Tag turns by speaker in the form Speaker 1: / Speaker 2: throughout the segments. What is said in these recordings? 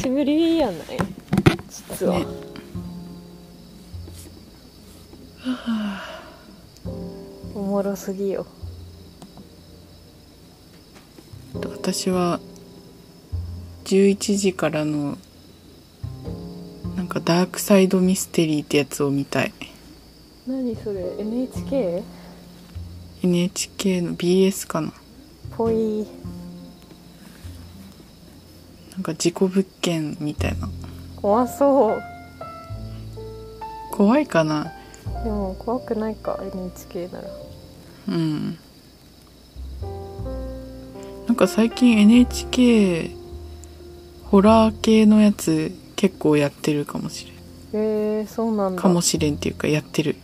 Speaker 1: しぶりやない実は、
Speaker 2: ね
Speaker 1: おもろすぎよ
Speaker 2: 私は11時からのなんかダークサイドミステリーってやつを見たい
Speaker 1: 何それ NHK?
Speaker 2: NHK の BS かな
Speaker 1: ぽい
Speaker 2: なんか事故物件みたいな
Speaker 1: 怖そう
Speaker 2: 怖いかな
Speaker 1: でも怖くないか NHK なら
Speaker 2: うんなんか最近 NHK ホラー系のやつ結構やってるかもしれん
Speaker 1: へえー、そうなんだ
Speaker 2: かもしれんっていうかやってる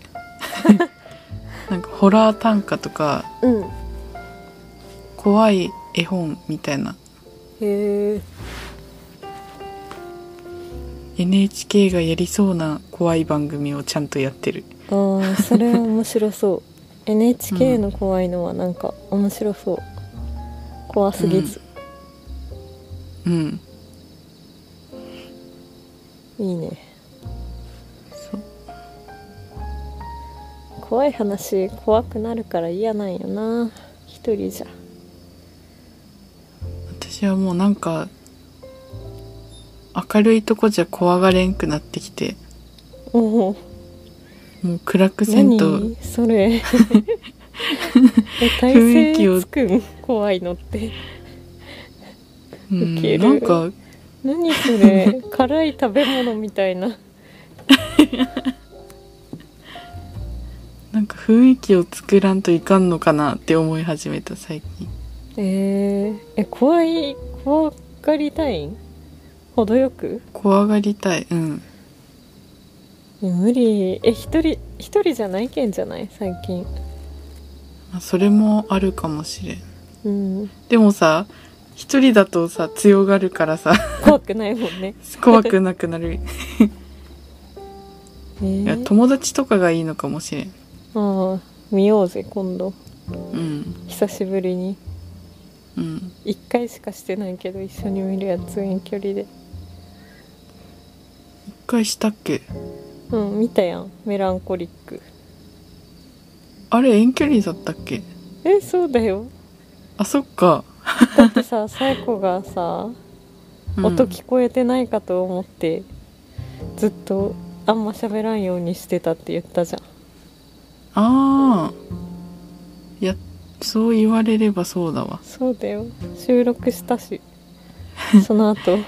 Speaker 2: なんかホラー短歌とか
Speaker 1: うんへ
Speaker 2: 怖い絵本みたいな
Speaker 1: え
Speaker 2: NHK がやりそうな怖い番組をちゃんとやってる
Speaker 1: あーそれは面白そう NHK の怖いのはなんか面白そう怖すぎず、
Speaker 2: うん
Speaker 1: いいね
Speaker 2: そう
Speaker 1: 怖い話怖くなるから嫌なんよな一人じゃ
Speaker 2: 私はもうなんか明るいとこじゃ怖がれんくなってきて
Speaker 1: おお
Speaker 2: もう暗くせんと
Speaker 1: 何そ れえ体
Speaker 2: 雰囲気
Speaker 1: 勢
Speaker 2: を
Speaker 1: つくん怖いのって
Speaker 2: う
Speaker 1: ウケる
Speaker 2: んなんか
Speaker 1: 何そ れ辛い食べ物みたいな
Speaker 2: なんか雰囲気を作らんといかんのかなって思い始めた最近
Speaker 1: えー、え怖い怖がりたいん程よく
Speaker 2: 怖がりたいうん
Speaker 1: いや無理え一人一人じゃないけんじゃない最近
Speaker 2: まあそれもあるかもしれん
Speaker 1: うん
Speaker 2: でもさ一人だとさ強がるからさ
Speaker 1: 怖くないもんね
Speaker 2: 怖くなくなる
Speaker 1: え
Speaker 2: いや
Speaker 1: ー、
Speaker 2: 友達とかがいいのかもしれん
Speaker 1: ああ見ようぜ今度
Speaker 2: うん
Speaker 1: 久しぶりに
Speaker 2: うん
Speaker 1: 1回しかしてないけど一緒に見るやつ遠距離で
Speaker 2: 一回したっけ
Speaker 1: うん見たやんメランコリック
Speaker 2: あれ遠距離だったっけ
Speaker 1: えそうだ よ
Speaker 2: あそっか、
Speaker 1: だってさサエコがさ
Speaker 2: うん
Speaker 1: 音聞こえてないかと思って、ずっとあんま喋らんようにしてたって言ったじゃん
Speaker 2: ああいやそう言われればそうだわ
Speaker 1: そうだよ収録した しその後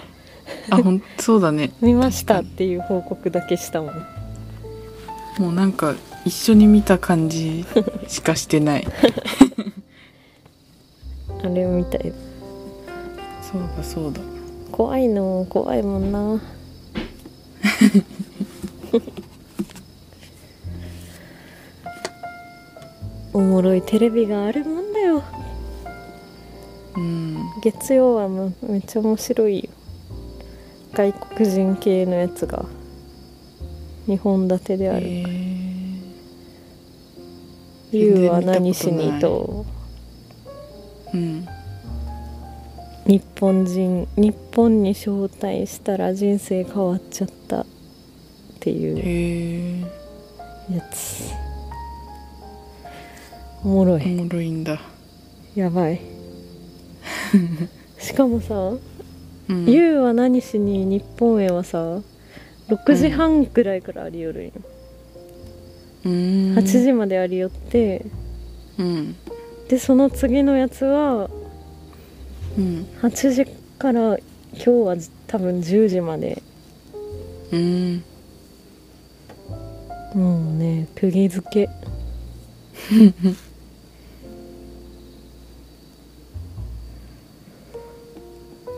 Speaker 2: あ ほんそうだね
Speaker 1: 見ましたっていう報告だけしたもん
Speaker 2: もうなんか一緒に見た感じしかしてない
Speaker 1: あれみたい
Speaker 2: そうだそうだ
Speaker 1: 怖いの怖いもん なおもろいテレビがあるもんだよ
Speaker 2: うん
Speaker 1: 月曜はもうめっちゃ面白いよ外国人系のやつが2本立てである
Speaker 2: えー
Speaker 1: 「
Speaker 2: 全
Speaker 1: YOU、
Speaker 2: 然
Speaker 1: は
Speaker 2: 見たことない
Speaker 1: 何しに」と
Speaker 2: うん
Speaker 1: 「日本人日本に招待したら人生変わっちゃった」っていう
Speaker 2: へえ
Speaker 1: やつおもろ
Speaker 2: お
Speaker 1: い
Speaker 2: もろいんだ
Speaker 1: やば いしかもさ
Speaker 2: う
Speaker 1: 「
Speaker 2: ん
Speaker 1: YOU、は何しに日本へ」はさ6時半くらいからありよるんよ、
Speaker 2: うん
Speaker 1: 8時までありよって
Speaker 2: うん
Speaker 1: でその次のやつは
Speaker 2: うん
Speaker 1: 8時から今日は多分10時まで
Speaker 2: うん
Speaker 1: もうね釘付け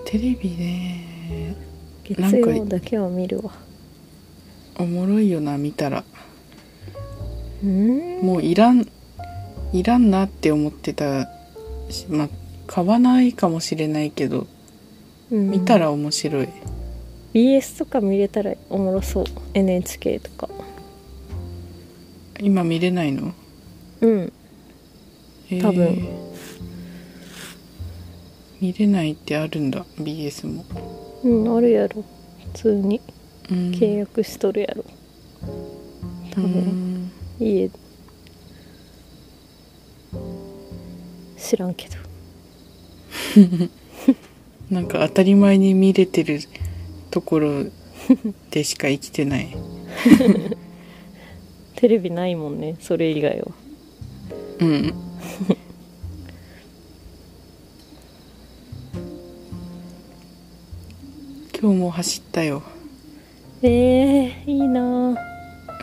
Speaker 2: テレビねなん
Speaker 1: 月
Speaker 2: か
Speaker 1: 曜だけは見るわ
Speaker 2: おもろいよな見たら
Speaker 1: うん
Speaker 2: もういらんいらんなって思ってたしまあ買わないかもしれないけど見たら面白い、
Speaker 1: BS とか見れたらおもろそう NHK とか
Speaker 2: 今見れないの
Speaker 1: うん多分
Speaker 2: へー見れないってあるんだ BS も
Speaker 1: うんあるやろ普通に
Speaker 2: うん
Speaker 1: 契約しとるやろ、多分
Speaker 2: うん
Speaker 1: 家知らんけど
Speaker 2: なんか当たり前に見れてるところでしか生きてない
Speaker 1: テレビないもんねそれ以外は
Speaker 2: うん今日も走ったよ
Speaker 1: えー、いいなあ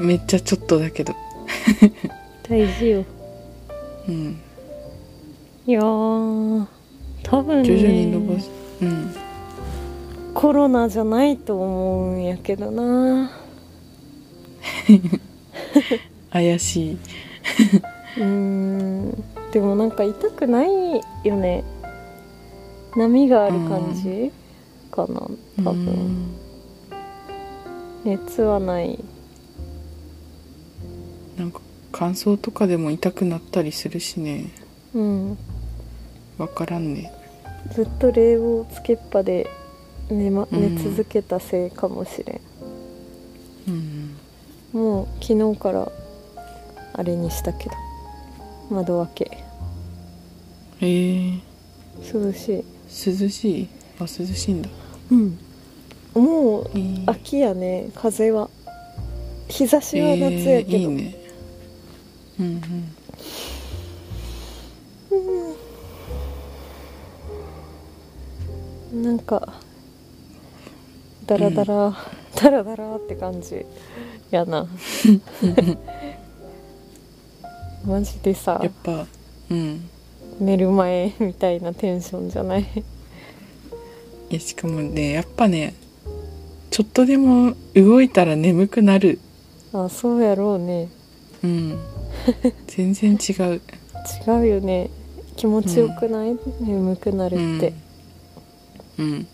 Speaker 2: めっちゃちょっとだけど
Speaker 1: 大事よ
Speaker 2: うん
Speaker 1: いやー多分、ね、
Speaker 2: 徐々に伸ばすうん
Speaker 1: コロナじゃないと思うんやけどな
Speaker 2: 怪しいう
Speaker 1: ーんでもなんか痛くないよね波がある感じかな多
Speaker 2: う
Speaker 1: 分
Speaker 2: ん
Speaker 1: 熱はない
Speaker 2: なんか乾燥とかでも痛くなったりするしね
Speaker 1: うん
Speaker 2: わからんね
Speaker 1: ずっと冷房つけっぱで寝,、ま、
Speaker 2: う
Speaker 1: 寝
Speaker 2: ん
Speaker 1: 続けたせいかもしれん、
Speaker 2: うん
Speaker 1: もう昨日からあれにしたけど窓開け
Speaker 2: えー、
Speaker 1: 涼しい
Speaker 2: 涼しいあ涼しいんだ、
Speaker 1: うんもう
Speaker 2: えー
Speaker 1: 秋やね風は日差しは夏やけど、
Speaker 2: えーいいねうんうん
Speaker 1: なんかダラダラ、ダラダラって感じや なマジでさ
Speaker 2: やっぱうん
Speaker 1: 寝る前みたいなテンションじゃない
Speaker 2: いやしかもねやっぱねちょっとでも動いたら眠くなる
Speaker 1: あそうやろうね
Speaker 2: うん 全然違う
Speaker 1: 違うよね気持ちよくない、眠くなるって、
Speaker 2: うん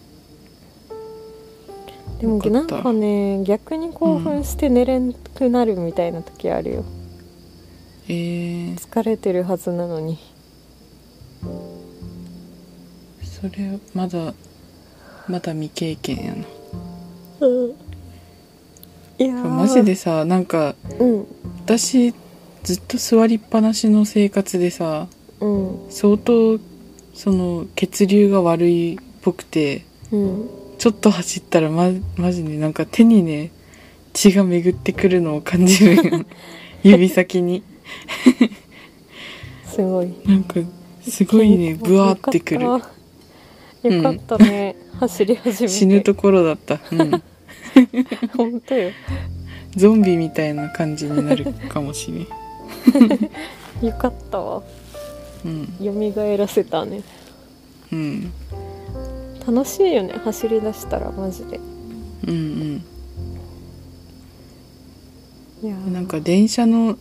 Speaker 1: でも
Speaker 2: よか
Speaker 1: な
Speaker 2: っ
Speaker 1: ん
Speaker 2: た
Speaker 1: かね逆に興奮して寝れんくなるみたいな時あるよ
Speaker 2: えー、
Speaker 1: 疲れてるはずなのに
Speaker 2: それまだまだ未経験やな
Speaker 1: いやー
Speaker 2: マジでさなんか
Speaker 1: うん
Speaker 2: 私ずっと座りっぱなしの生活でさ
Speaker 1: うん
Speaker 2: 相当その血流が悪いっぽくて
Speaker 1: うん
Speaker 2: ちょっと走ったらまマジになんか手にね血が巡ってくるのを感じる よ指先に
Speaker 1: すごい
Speaker 2: なんかすご いねブワーってくる
Speaker 1: よかったよかったね、走り始めて
Speaker 2: 死ぬところだった、うん、
Speaker 1: 本当よ
Speaker 2: ゾンビみたいな感じになるかもしれん、
Speaker 1: よかったわ
Speaker 2: うん
Speaker 1: 蘇らせたね
Speaker 2: うん、
Speaker 1: 楽しいよね走り出したらマジで
Speaker 2: うん
Speaker 1: いや
Speaker 2: う
Speaker 1: ー
Speaker 2: んなんか電車の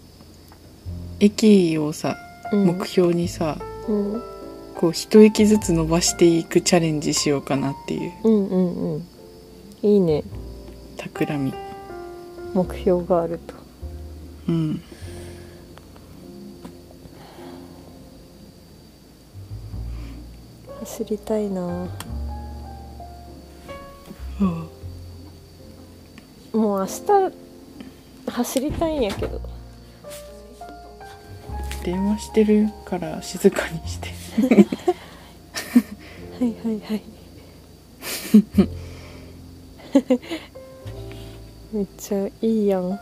Speaker 2: 駅をさ
Speaker 1: うん
Speaker 2: 目標にさ、
Speaker 1: うんうん
Speaker 2: こう一駅ずつ伸ばしていくチャレンジしようかなっていう
Speaker 1: うんうんいいね
Speaker 2: 企み
Speaker 1: 目標があると
Speaker 2: うん
Speaker 1: 走りたいな
Speaker 2: は
Speaker 1: もう明日走りたいんやけど
Speaker 2: あ電話してるから静かにして
Speaker 1: はいはいはい めっちゃいいやん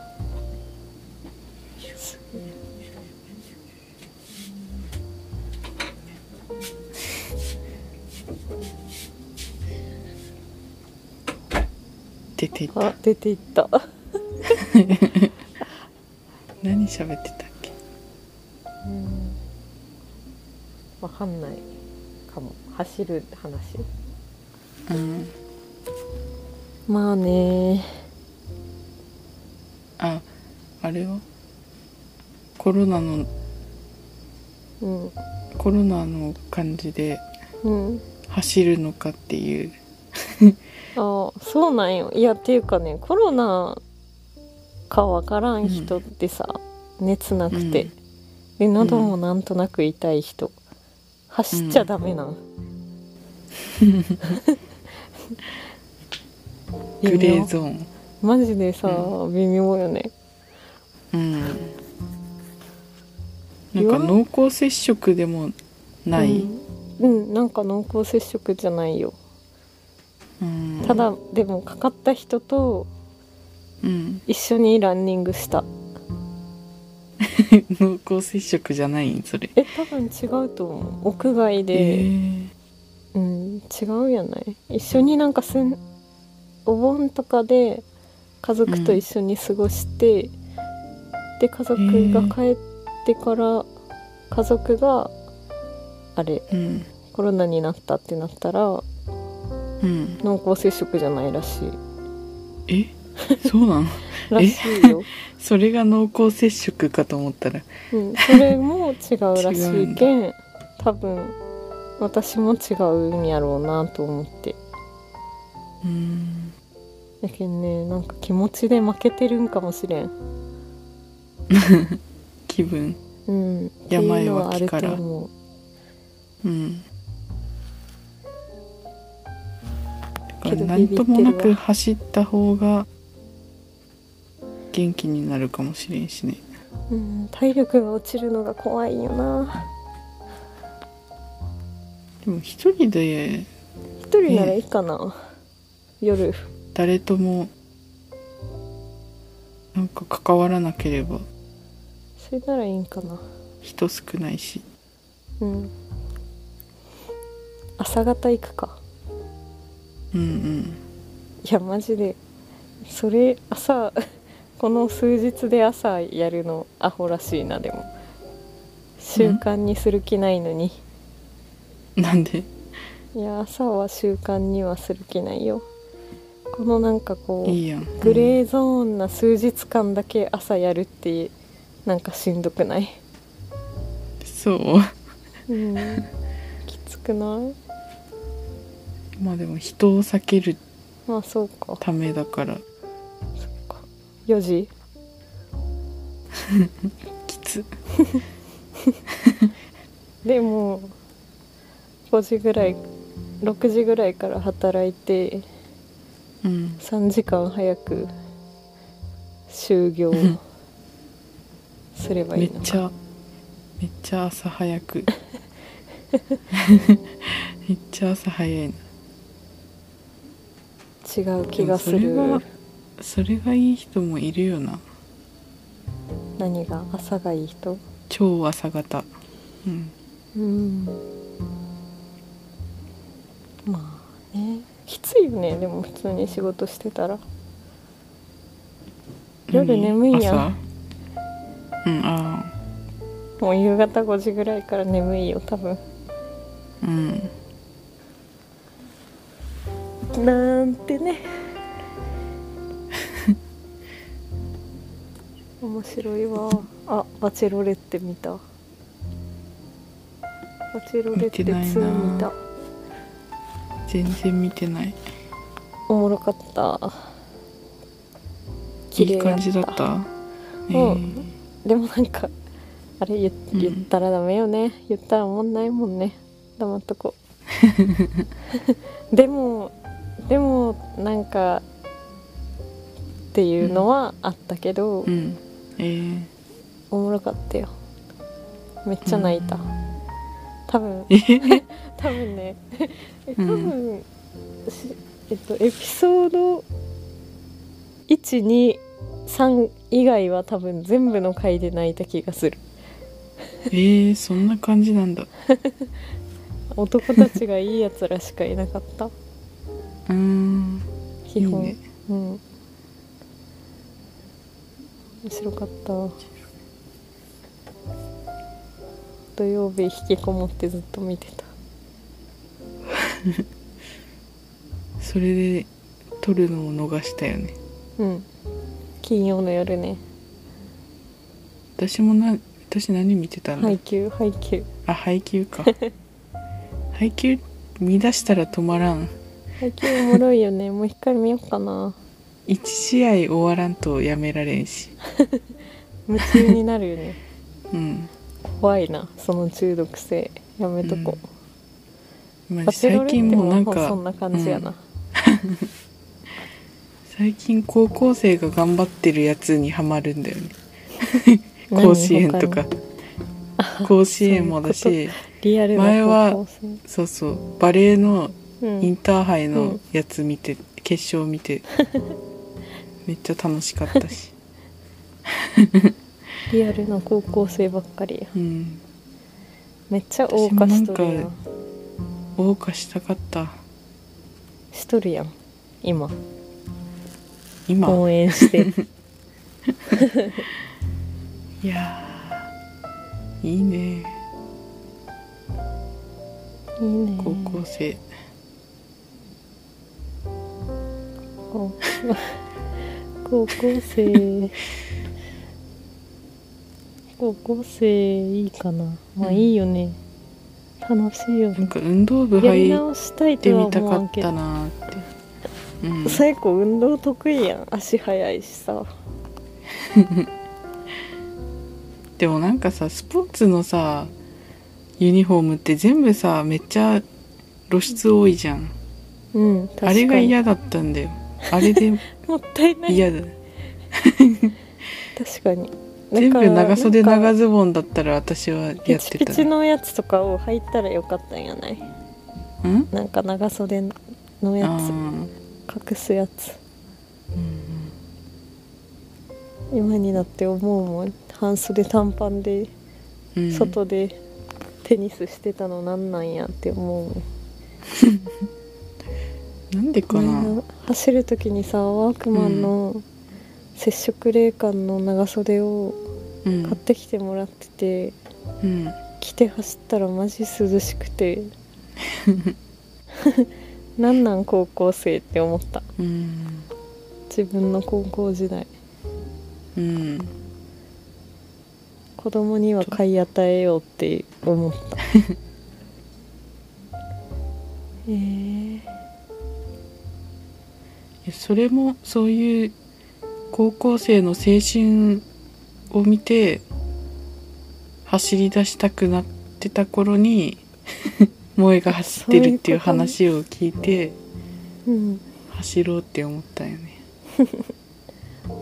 Speaker 2: 出ていった
Speaker 1: あ出ていった
Speaker 2: 何喋ってたっけ
Speaker 1: うんわかんないかも走る話
Speaker 2: うん
Speaker 1: まあね
Speaker 2: ああれはコロナの
Speaker 1: うん
Speaker 2: コロナの感じで
Speaker 1: うん
Speaker 2: 走るのかっていう
Speaker 1: あそうなんよいやっていうかねコロナかわからん人ってさ、熱なくて、
Speaker 2: うん
Speaker 1: で喉もなんとなく痛い人 走っちゃダメなん、
Speaker 2: グレーゾーン
Speaker 1: マジでさ、微妙よね
Speaker 2: うんなんか濃厚接触でもない、
Speaker 1: うん、うんなんか濃厚接触じゃないよ
Speaker 2: うん
Speaker 1: ただでもかかった人と
Speaker 2: うん、
Speaker 1: 一緒にランニングした
Speaker 2: 濃厚接触じゃないんそれ
Speaker 1: え多分違うと思う屋外で、
Speaker 2: え
Speaker 1: うん違うやない一緒になんかすんお盆とかで家族と一緒に過ごして、で家族が帰ってから家族があれ
Speaker 2: ーうん
Speaker 1: コロナになったってなったら
Speaker 2: うん
Speaker 1: 濃厚接触じゃないらしい
Speaker 2: えそうなの
Speaker 1: らしいよ、
Speaker 2: それが濃厚接触かと思ったら
Speaker 1: うん、それも違うらしいけん多分私も違うんやろうなと思って
Speaker 2: うん
Speaker 1: やけんねなんか気持ちで負けてるんかもしれん
Speaker 2: 気分
Speaker 1: うん、っていう
Speaker 2: 病
Speaker 1: のは
Speaker 2: は
Speaker 1: あ
Speaker 2: 気
Speaker 1: る
Speaker 2: か
Speaker 1: と
Speaker 2: ら
Speaker 1: 思う
Speaker 2: うんだか
Speaker 1: け
Speaker 2: ら
Speaker 1: ど
Speaker 2: 何ともな
Speaker 1: ビビってる
Speaker 2: く
Speaker 1: わ
Speaker 2: 走った方が元気になるかもしれんしね
Speaker 1: うん、体力が落ちるのが怖いよな
Speaker 2: でも一人で
Speaker 1: 一人ならいいかな、夜
Speaker 2: 誰ともなんか関わらなければ
Speaker 1: それならいいんかな
Speaker 2: 人少ないし
Speaker 1: うん朝方行くか
Speaker 2: うん
Speaker 1: いやマジでそれ朝 この数日で朝やるのアホらしいなでも習慣にする気ないのに、
Speaker 2: うんなんで
Speaker 1: いや朝は習慣にはする気ないよこのなんかこう
Speaker 2: いいやん
Speaker 1: グ
Speaker 2: ー
Speaker 1: レーゾーンな数日間だけ朝やるってなんかしんどくない、
Speaker 2: そう
Speaker 1: うん、きつくない
Speaker 2: まあでも人を避ける
Speaker 1: まあそうか
Speaker 2: ためだから
Speaker 1: 4時
Speaker 2: きつ
Speaker 1: でも5時ぐらい6時ぐらいから働いて
Speaker 2: うん
Speaker 1: 3時間早く就業
Speaker 2: うん
Speaker 1: すれば
Speaker 2: め
Speaker 1: いい
Speaker 2: っ
Speaker 1: の
Speaker 2: ちゃめっちゃ朝 早くめっちゃ朝早いな
Speaker 1: 違う気がす
Speaker 2: でも
Speaker 1: る
Speaker 2: それがそれがいい人もいるよな
Speaker 1: 何が朝がいい人
Speaker 2: 超朝方うん
Speaker 1: うんまあねきついよねでも普通に仕事してたら夜
Speaker 2: 何
Speaker 1: 眠いやん
Speaker 2: 朝うんああ
Speaker 1: もう夕方5時ぐらいから眠いよ多分
Speaker 2: うん
Speaker 1: なんて ね面白いわあバチェロレッテ見たバチェロレッテ
Speaker 2: 見てないな
Speaker 1: 2見た
Speaker 2: 全然見てない
Speaker 1: おもろかった
Speaker 2: いい感じだったえー
Speaker 1: うんでもなんかあれ言
Speaker 2: うん
Speaker 1: 言ったらダメよね、言ったらおもんないもんね黙っとこう でもでもなんかっていうのはあったけど、
Speaker 2: うんえー
Speaker 1: おもろかったよめっちゃ泣いた、多分多分ねえ多
Speaker 2: うん
Speaker 1: 分、しえっとエピソード123以外は多分全部の回で泣いた気がする
Speaker 2: えー、そんな感じなんだ
Speaker 1: 男たちがいいやつらしかいなかった
Speaker 2: うーん
Speaker 1: 基本
Speaker 2: いいね
Speaker 1: うん面白かった土曜日引きこもってずっと見てた
Speaker 2: それで撮るのを逃したよね
Speaker 1: うん金曜の夜ね
Speaker 2: 私もな私何見てたんだ、
Speaker 1: 配給配給
Speaker 2: あ配給か 配給見出したら止まらん
Speaker 1: 配給おもろいよねもう一回見ようかな
Speaker 2: 1試合終わらんとやめられんし
Speaker 1: 夢中になるよね
Speaker 2: うん
Speaker 1: 怖いなその中毒性やめとこ
Speaker 2: ま
Speaker 1: う、
Speaker 2: あ
Speaker 1: バチェロレ
Speaker 2: 最
Speaker 1: ッテ
Speaker 2: 近もう
Speaker 1: も
Speaker 2: なん
Speaker 1: もう
Speaker 2: か
Speaker 1: そんな感じやな、
Speaker 2: 最近高校生が頑張ってるやつにはまるんだよね甲子園とか
Speaker 1: 何
Speaker 2: 甲子園もだし
Speaker 1: リアルな
Speaker 2: 前は
Speaker 1: 高校生
Speaker 2: そうそうバレエの
Speaker 1: うん
Speaker 2: インターハイのやつ見て、決勝 見てめっちゃ楽しかったし、
Speaker 1: リアルな高校生ばっかりや
Speaker 2: うん、
Speaker 1: めっちゃ謳歌しとる
Speaker 2: 私も
Speaker 1: や
Speaker 2: なん
Speaker 1: ん
Speaker 2: か謳歌したかった
Speaker 1: しとるやん今
Speaker 2: 今
Speaker 1: 応援 して
Speaker 2: いやーいいね
Speaker 1: いいね
Speaker 2: 高校生、
Speaker 1: 高校 高校生高校生いいかなまあ
Speaker 2: うん
Speaker 1: いいよね、楽しいよ
Speaker 2: なん
Speaker 1: ね
Speaker 2: か運動部
Speaker 1: やり
Speaker 2: 入っ
Speaker 1: 直したい
Speaker 2: て
Speaker 1: とは
Speaker 2: みた
Speaker 1: 思わ
Speaker 2: か
Speaker 1: ん
Speaker 2: っ
Speaker 1: け
Speaker 2: た
Speaker 1: ど
Speaker 2: なーって、うん、
Speaker 1: 最高運動得意やん足速いしさ
Speaker 2: でもなんかさスポーツのさユニフォームって全部さめっちゃ露出多いじゃん
Speaker 1: うん確か
Speaker 2: あ
Speaker 1: に
Speaker 2: れが嫌だったんだよあれ で
Speaker 1: もったいない
Speaker 2: 嫌だ
Speaker 1: 確かに
Speaker 2: 全部長袖
Speaker 1: だからなん
Speaker 2: 長
Speaker 1: か
Speaker 2: ズボンだったら私はやっ
Speaker 1: ピチ
Speaker 2: て
Speaker 1: ピ
Speaker 2: た
Speaker 1: チのやつとかを履いたらよかったんやない
Speaker 2: うん
Speaker 1: なんか長袖の
Speaker 2: あ
Speaker 1: やつ
Speaker 2: ー
Speaker 1: 隠すやつ
Speaker 2: うん
Speaker 1: 今になって思うもん半袖短パンで
Speaker 2: うん
Speaker 1: 外でテニスしてたのなんなんやって思う
Speaker 2: なんでか
Speaker 1: もん、前
Speaker 2: な、
Speaker 1: 走る時にさワークマンの接触冷感の長袖を
Speaker 2: うん
Speaker 1: 買ってきてもらってて、
Speaker 2: うん
Speaker 1: 着て走ったらマジ涼しくて なんなん高校生って思った
Speaker 2: うん
Speaker 1: 自分の高校時代
Speaker 2: うん
Speaker 1: 子供には買い与えようって思ったえー、
Speaker 2: いやそれもそういう高校生の青春を見て走り出したくなってた頃に 萌えが走ってるっていう
Speaker 1: そういうことね
Speaker 2: 話を聞いて
Speaker 1: うん
Speaker 2: 走ろうって思ったよね、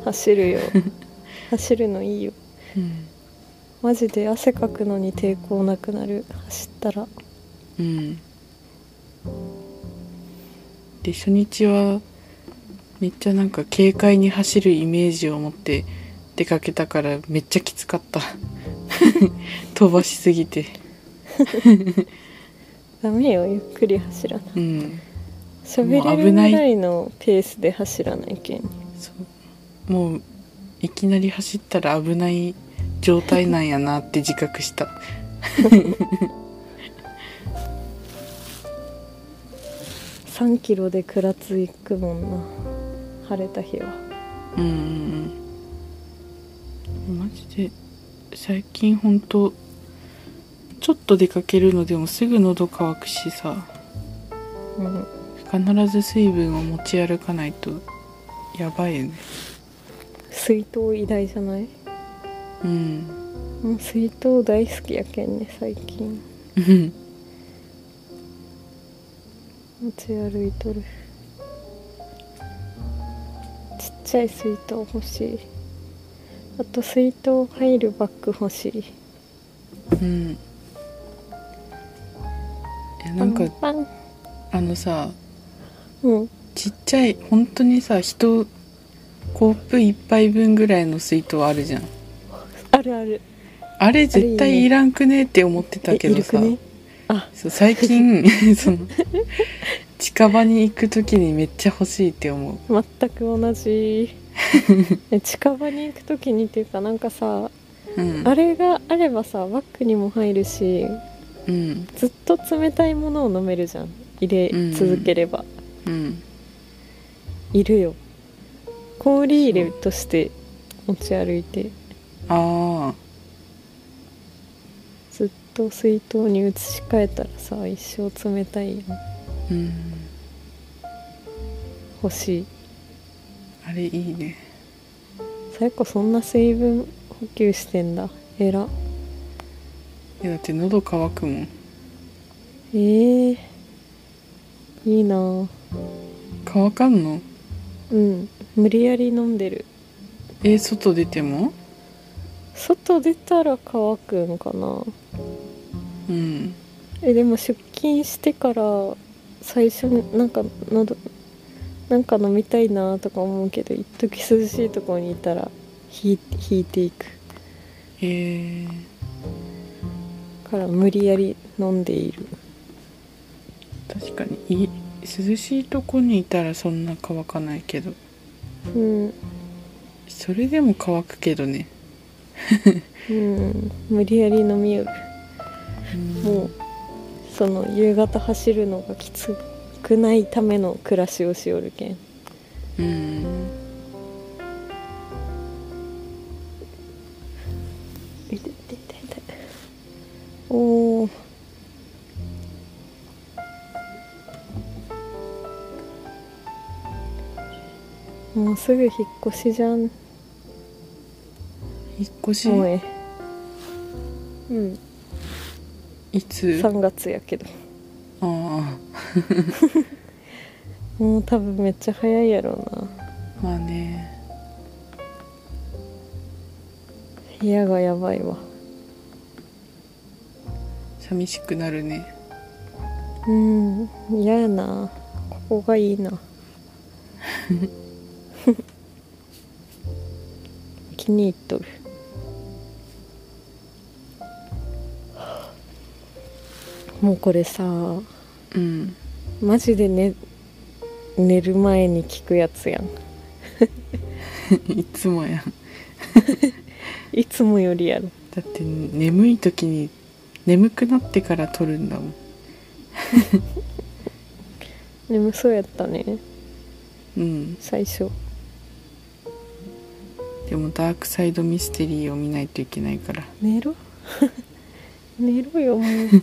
Speaker 1: 走るよ走るのいいよ
Speaker 2: うん
Speaker 1: マジで汗かくのに抵抗なくなる走ったら
Speaker 2: うん、で初日はめっちゃなんか軽快に走るイメージを持って出かけたからめっちゃきつかった 飛ばしすぎて
Speaker 1: ダメよゆっくり走らな
Speaker 2: うん
Speaker 1: 喋れ
Speaker 2: も
Speaker 1: る
Speaker 2: う危
Speaker 1: ぐ
Speaker 2: ない
Speaker 1: らいのペースで走らないけん
Speaker 2: そうもういきなり走ったら危ない状態なんやなって自覚した
Speaker 1: 3キロでくらついくもんな晴れた日は
Speaker 2: うんうんうんマジで最近ほんとちょっと出かけるのでもすぐ喉乾くしさ
Speaker 1: うん
Speaker 2: 必ず水分を持ち歩かないとやばいよね
Speaker 1: 水筒偉大じゃない
Speaker 2: うん
Speaker 1: もう水筒大好きやけんね最近
Speaker 2: うん
Speaker 1: 持ち歩いとるちっちゃい水筒欲しいあと水筒入るバッグ欲しい
Speaker 2: うんいやなんか
Speaker 1: パン
Speaker 2: あのさ
Speaker 1: パンうん
Speaker 2: ちっちゃい本当にさ人コップ一杯分ぐらいの水筒あるじゃん
Speaker 1: あるある
Speaker 2: あれ絶
Speaker 1: あれいい
Speaker 2: 対
Speaker 1: ね
Speaker 2: いらんくねって思ってたけ
Speaker 1: えい
Speaker 2: ど
Speaker 1: るく
Speaker 2: さ、
Speaker 1: ねあ
Speaker 2: そう 最近その近場に行く時にめっちゃ欲しいって思う
Speaker 1: 全く同 じえ近場に行く時にっていうかなんかさ
Speaker 2: うん
Speaker 1: あれがあればさバッグにも入るし
Speaker 2: うん
Speaker 1: ずっと冷たいものを飲めるじゃん入
Speaker 2: うんう
Speaker 1: れ
Speaker 2: ん
Speaker 1: 続ければ、
Speaker 2: うん
Speaker 1: いるよ氷入れとして持ち歩いて
Speaker 2: ああ
Speaker 1: ずっと水筒に移し替えたらさ一生冷たいやん
Speaker 2: うん
Speaker 1: 欲しい
Speaker 2: あれいいね
Speaker 1: 最後そんな水分補給してんだえら
Speaker 2: いやだって喉乾くもん
Speaker 1: えー、いいなぁ
Speaker 2: 乾かんの
Speaker 1: うん無理やり飲んでる
Speaker 2: え外出ても
Speaker 1: 外出たら乾くんかな
Speaker 2: うん
Speaker 1: えでも出勤してから最初になんかのどなんか飲みたいなとか思うけど一時涼しいところにいたら引い引いていく
Speaker 2: えー、
Speaker 1: から無理やり飲んでいる
Speaker 2: 確かにい涼しいとこにいたらそんな乾かないけど
Speaker 1: うん、
Speaker 2: それでも乾くけどね、
Speaker 1: うん、無理やり飲みよる
Speaker 2: うん
Speaker 1: もうその夕方走るのがきつくないための暮らしをしよるけん
Speaker 2: うん
Speaker 1: 痛い痛い痛い痛いおおもうすぐ引っ越しじゃん
Speaker 2: 引っ越し
Speaker 1: もえうん
Speaker 2: いつあ
Speaker 1: 3月やけど
Speaker 2: あ
Speaker 1: もう多分めっちゃ早いやろうな
Speaker 2: まあね
Speaker 1: 部屋がやばいわ
Speaker 2: 寂しくなるね
Speaker 1: うん嫌やなここがいい な気に入っとるもうこれさ
Speaker 2: うん
Speaker 1: マジで寝寝る前に聞くやつやん
Speaker 2: いつもやん
Speaker 1: いつもよりやろ
Speaker 2: だって眠い時に眠くなってから撮るんだもん
Speaker 1: 眠そうやったね
Speaker 2: うん
Speaker 1: 最初
Speaker 2: でもダークサイドミステリーを見ないといけないから
Speaker 1: 寝ろ 寝ろよもう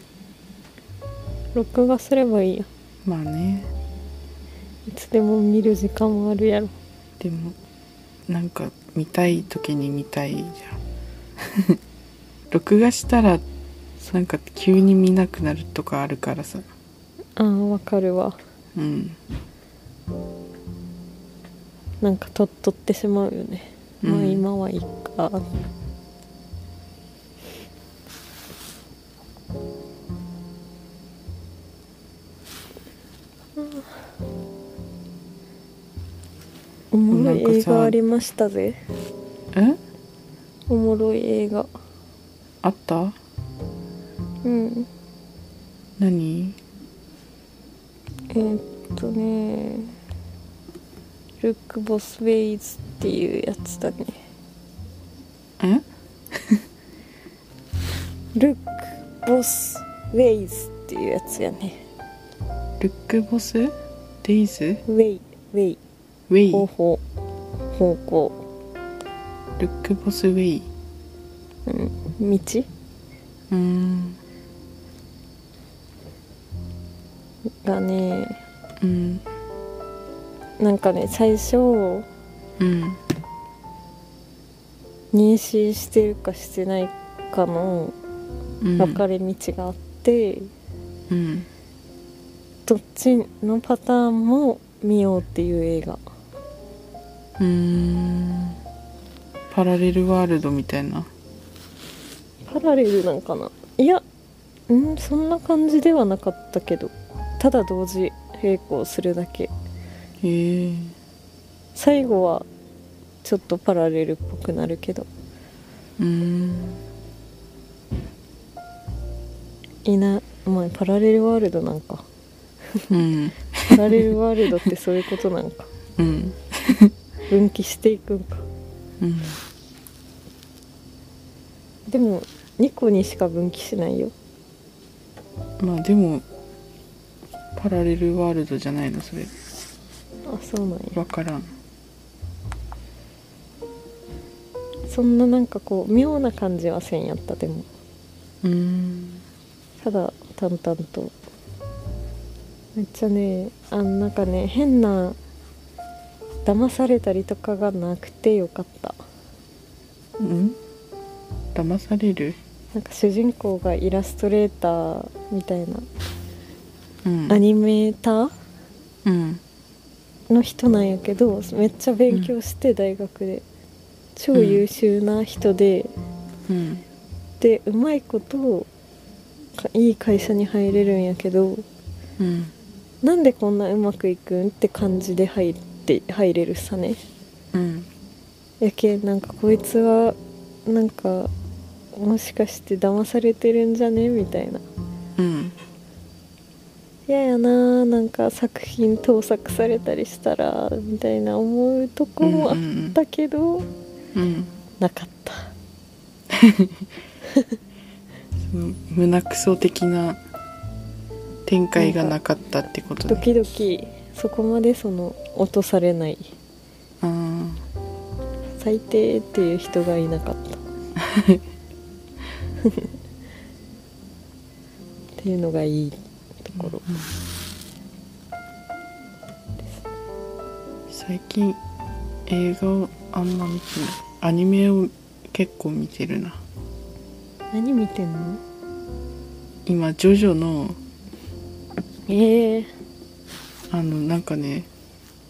Speaker 1: 録画すればいいや
Speaker 2: まあね
Speaker 1: いつでも見る時間もあるやろ
Speaker 2: でもなんか見たい時に見たいじゃん 録画したらなんか急に見なくなるとかあるからさ
Speaker 1: ああわかるわ
Speaker 2: うん
Speaker 1: なんかとっとってしまうよね、
Speaker 2: うん
Speaker 1: まあ今はいいかおもろい
Speaker 2: な
Speaker 1: 映
Speaker 2: んかさ
Speaker 1: 画ありましたぜ
Speaker 2: え
Speaker 1: おもろい映画
Speaker 2: あった
Speaker 1: うん
Speaker 2: 何
Speaker 1: えーっとねルック・ボス・ウェイズっていうやつだね
Speaker 2: え
Speaker 1: ルック・ボス・ウェイズっていうやつやね
Speaker 2: ルックボスデイズ
Speaker 1: ウェイウェ
Speaker 2: ウェ
Speaker 1: イ方
Speaker 2: イ
Speaker 1: 法方向
Speaker 2: ルックボスウェイ
Speaker 1: 道
Speaker 2: うーん
Speaker 1: がね
Speaker 2: うん
Speaker 1: なんかね最初妊
Speaker 2: うん
Speaker 1: 娠してるかしてないかの
Speaker 2: うん
Speaker 1: 分かれ道があって、
Speaker 2: うん
Speaker 1: どっちのパターンも見ようっていう映画
Speaker 2: うーんパラレルワールドみたいな
Speaker 1: パラレルなんかないやうんそんな感じではなかったけどただ同時並行するだけ
Speaker 2: へえ
Speaker 1: 最後はちょっとパラレルっぽくなるけど
Speaker 2: うーん
Speaker 1: いなお前パラレルワールドなんか
Speaker 2: うん
Speaker 1: パラレルワールドってそういうことなん か
Speaker 2: うん
Speaker 1: 分岐していくんか
Speaker 2: うん
Speaker 1: でも2個にしか分岐しないよ
Speaker 2: まあでもパラレルワールドじゃないのそれ
Speaker 1: あそうなんや
Speaker 2: 分からん
Speaker 1: そんななんかこう妙な感じはせんやったでも
Speaker 2: うーん
Speaker 1: ただ淡々とめっちゃねあのなんかね変な騙されたりとかがなくてよかった
Speaker 2: うん騙される
Speaker 1: なんか主人公がイラストレーターみたいな
Speaker 2: うん
Speaker 1: アニメーター
Speaker 2: うん
Speaker 1: の人なんやけどめっちゃ勉強して大学で超優秀な人で、
Speaker 2: うん
Speaker 1: でうまいことかいい会社に入れるんやけど
Speaker 2: うん
Speaker 1: なんでこんなうまくいくんって感じで入って入れるさね
Speaker 2: うん
Speaker 1: やけんなんかこいつはなんかもしかして騙されてるんじゃねみたいな
Speaker 2: うん
Speaker 1: 嫌やなーなんか作品盗作されたりしたらみたいな思うとこもあったけど、
Speaker 2: うん
Speaker 1: なかった
Speaker 2: その胸クソ的な展開がなかったってこと
Speaker 1: ド
Speaker 2: ね
Speaker 1: キドキそこまでその落とされない
Speaker 2: あー
Speaker 1: 最低っていう人がいなかったっていうのがいいところ
Speaker 2: 最近映画をあんま見てないアニメを結構見てるな
Speaker 1: 何見てんの
Speaker 2: 今ジョジョの
Speaker 1: ええ
Speaker 2: あのなんかね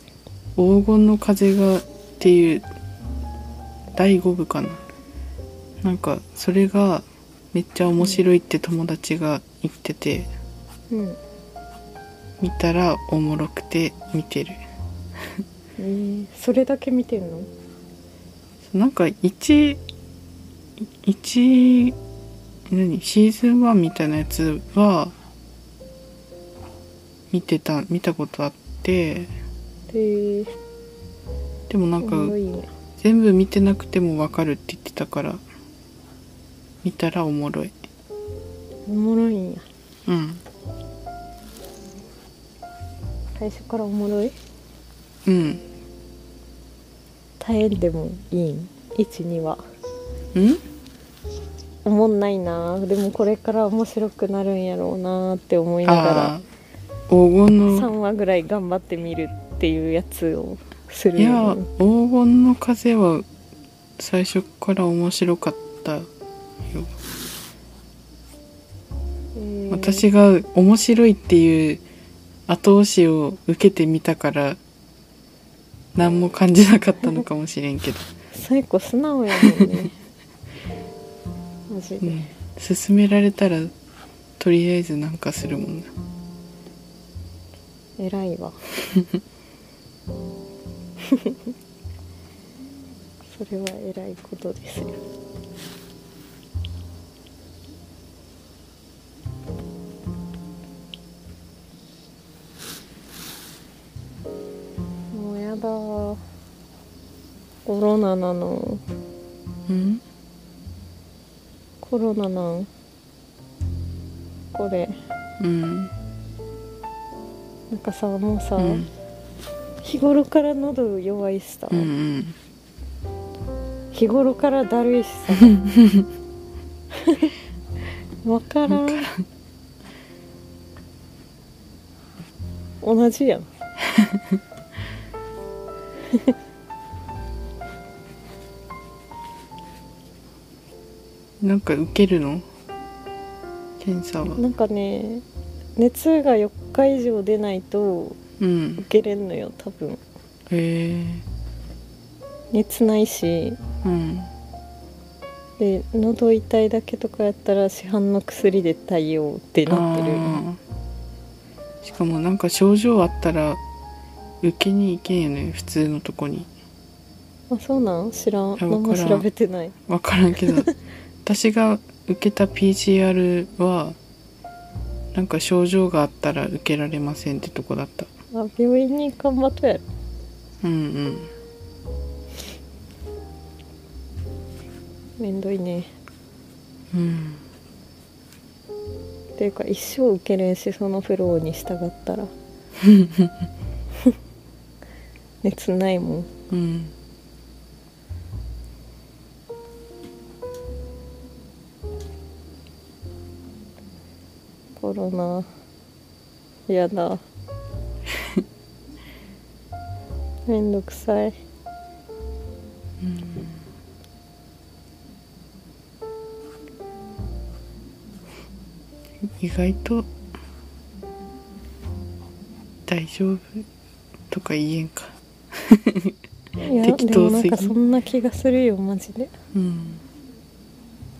Speaker 2: 「黄金の風が」っていう第5部かななんかそれがめっちゃ面白いって友達が言ってて
Speaker 1: うん
Speaker 2: 見たらおもろくて見てる
Speaker 1: えー、それだけ見てんの
Speaker 2: なんか1一何シーズン1みたいなやつは見てた見たことあって
Speaker 1: ええ
Speaker 2: でもな
Speaker 1: お
Speaker 2: ん
Speaker 1: も
Speaker 2: か
Speaker 1: ろいね
Speaker 2: 全部見てなくてもわかるって言ってたから見たらおもろい
Speaker 1: おもろいんや
Speaker 2: うん
Speaker 1: 最初からおもろい
Speaker 2: うん
Speaker 1: 耐えんでもいいん12は
Speaker 2: うん
Speaker 1: おもんないなーでもこれから面白くなるんやろうなーって思いながら
Speaker 2: ああ黄金
Speaker 1: 3
Speaker 2: の
Speaker 1: 話ぐらい頑張ってみるっていうやつをす
Speaker 2: い
Speaker 1: る
Speaker 2: や
Speaker 1: よね
Speaker 2: 黄金の風は最初から面白かったよ
Speaker 1: うん
Speaker 2: 私が面白いっていう後押しを受けてみたから何も感じなかったのかもしれんけど、
Speaker 1: 最後素直やもん ねマジ
Speaker 2: う
Speaker 1: で、
Speaker 2: ん、勧められたらとりあえずなんかするもんな
Speaker 1: 偉いわ それは偉いことですよもうやだコロナなの
Speaker 2: うん
Speaker 1: コロナなんこれ
Speaker 2: うん
Speaker 1: なんかさもうさ、
Speaker 2: うん
Speaker 1: 日頃から喉弱いしさ、
Speaker 2: うんうん
Speaker 1: 日頃からだるいし さわからん同じやん
Speaker 2: なんか受けるの検査は
Speaker 1: なんかね熱が4日以上出ないと
Speaker 2: うん
Speaker 1: 受けれんのよ多分
Speaker 2: へえ
Speaker 1: 熱ないし
Speaker 2: うん
Speaker 1: で喉痛いだけとかやったら市販の薬で対応ってなってる
Speaker 2: あーしかもなんか症状あったら受けに行けんよね普通のとこに
Speaker 1: あそうなん知らん
Speaker 2: いや
Speaker 1: 何も
Speaker 2: わからん
Speaker 1: 調べてない
Speaker 2: 分からんけど私が受けた PCR はなんか症状があったら受けられませんってとこだった
Speaker 1: あ病院に頑張っとやろ
Speaker 2: うんうん
Speaker 1: めんどいね
Speaker 2: うん
Speaker 1: っていうか一生受けれんしそのフローに従った ら熱ないもん
Speaker 2: うん
Speaker 1: コロナや だめんどくさい
Speaker 2: 意外と大丈夫とか言えんか
Speaker 1: いや
Speaker 2: 適
Speaker 1: で
Speaker 2: 当
Speaker 1: も
Speaker 2: す
Speaker 1: な
Speaker 2: ぎ
Speaker 1: んかそんな気がするよマジで
Speaker 2: うん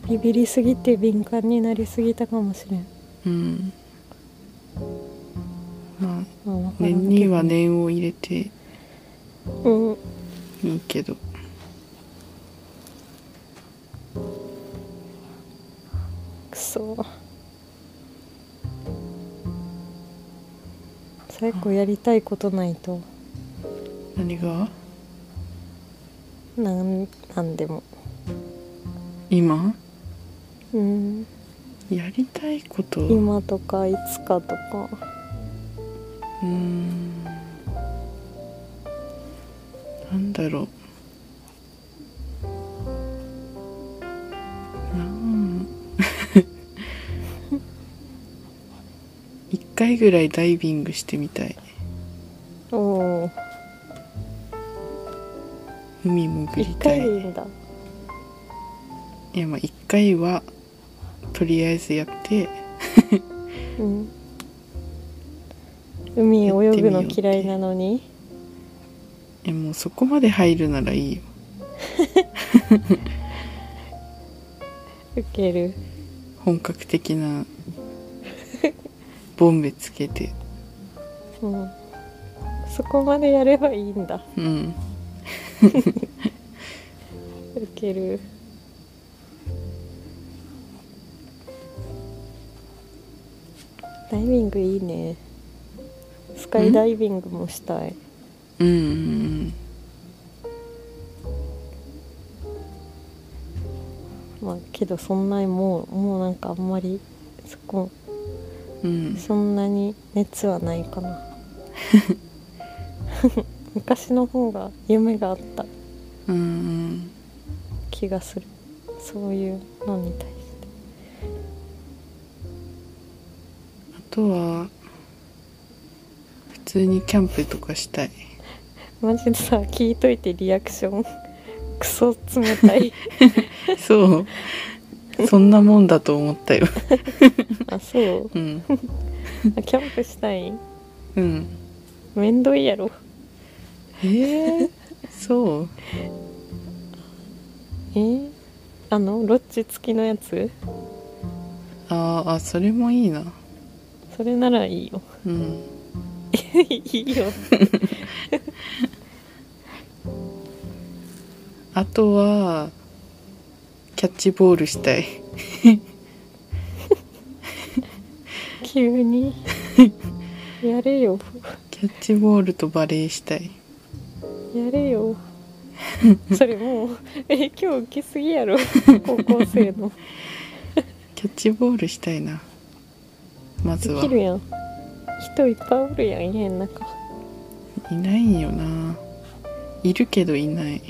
Speaker 1: ビビりすぎて敏感になりすぎたかもしれん、
Speaker 2: うんまあ
Speaker 1: まあわからんけど
Speaker 2: 念には念を入れて
Speaker 1: うん
Speaker 2: いいけど
Speaker 1: くそ最後やりたいことないと
Speaker 2: 何が
Speaker 1: なんなんでも
Speaker 2: 今
Speaker 1: うん
Speaker 2: やりたいこと
Speaker 1: 今とかいつかとか
Speaker 2: うーんなんだろうなん 一回ぐらいダイビングしてみたい
Speaker 1: おお
Speaker 2: 海潜り
Speaker 1: 一
Speaker 2: た
Speaker 1: 回
Speaker 2: い
Speaker 1: でいいんだ
Speaker 2: いやまあ一回はとりあえずやって
Speaker 1: うん海泳ぐの嫌いなのに
Speaker 2: えもうそこまで入るならいいよ
Speaker 1: ウケる
Speaker 2: 本格 的なボンベつけて
Speaker 1: うんそこまでやればいいんだ
Speaker 2: うん
Speaker 1: ウケるダイビングいいねスカイダイビングもしたい
Speaker 2: うんうん
Speaker 1: まあけどそんなにもうもうなんかあんまりそこ
Speaker 2: うんうん
Speaker 1: そんなに熱はないかな昔の方が夢があった
Speaker 2: うんうん
Speaker 1: 気がするそういうのに対して
Speaker 2: あとは普通にキャンプとかしたい
Speaker 1: マジでさ聞いといてリアクション クソ冷たい
Speaker 2: そうそんなもんだと思ったよ
Speaker 1: あそう
Speaker 2: うん
Speaker 1: あキャンプしたい
Speaker 2: うん
Speaker 1: めんどいやろ
Speaker 2: えー、そう
Speaker 1: えーあのロッジ付きのやつ
Speaker 2: あーあそれもいいな
Speaker 1: それならいいよ
Speaker 2: うん
Speaker 1: いいよ
Speaker 2: あとはキャッチボールしたい
Speaker 1: 急にやれよ
Speaker 2: キャッチボールとバレーしたい
Speaker 1: やれ よそれもう 影響受けすぎ やろ高校生の
Speaker 2: キャッチボールしたいなまず
Speaker 1: で
Speaker 2: は
Speaker 1: きるやん人いっぱいおるやん家の中
Speaker 2: いないよないるけどいない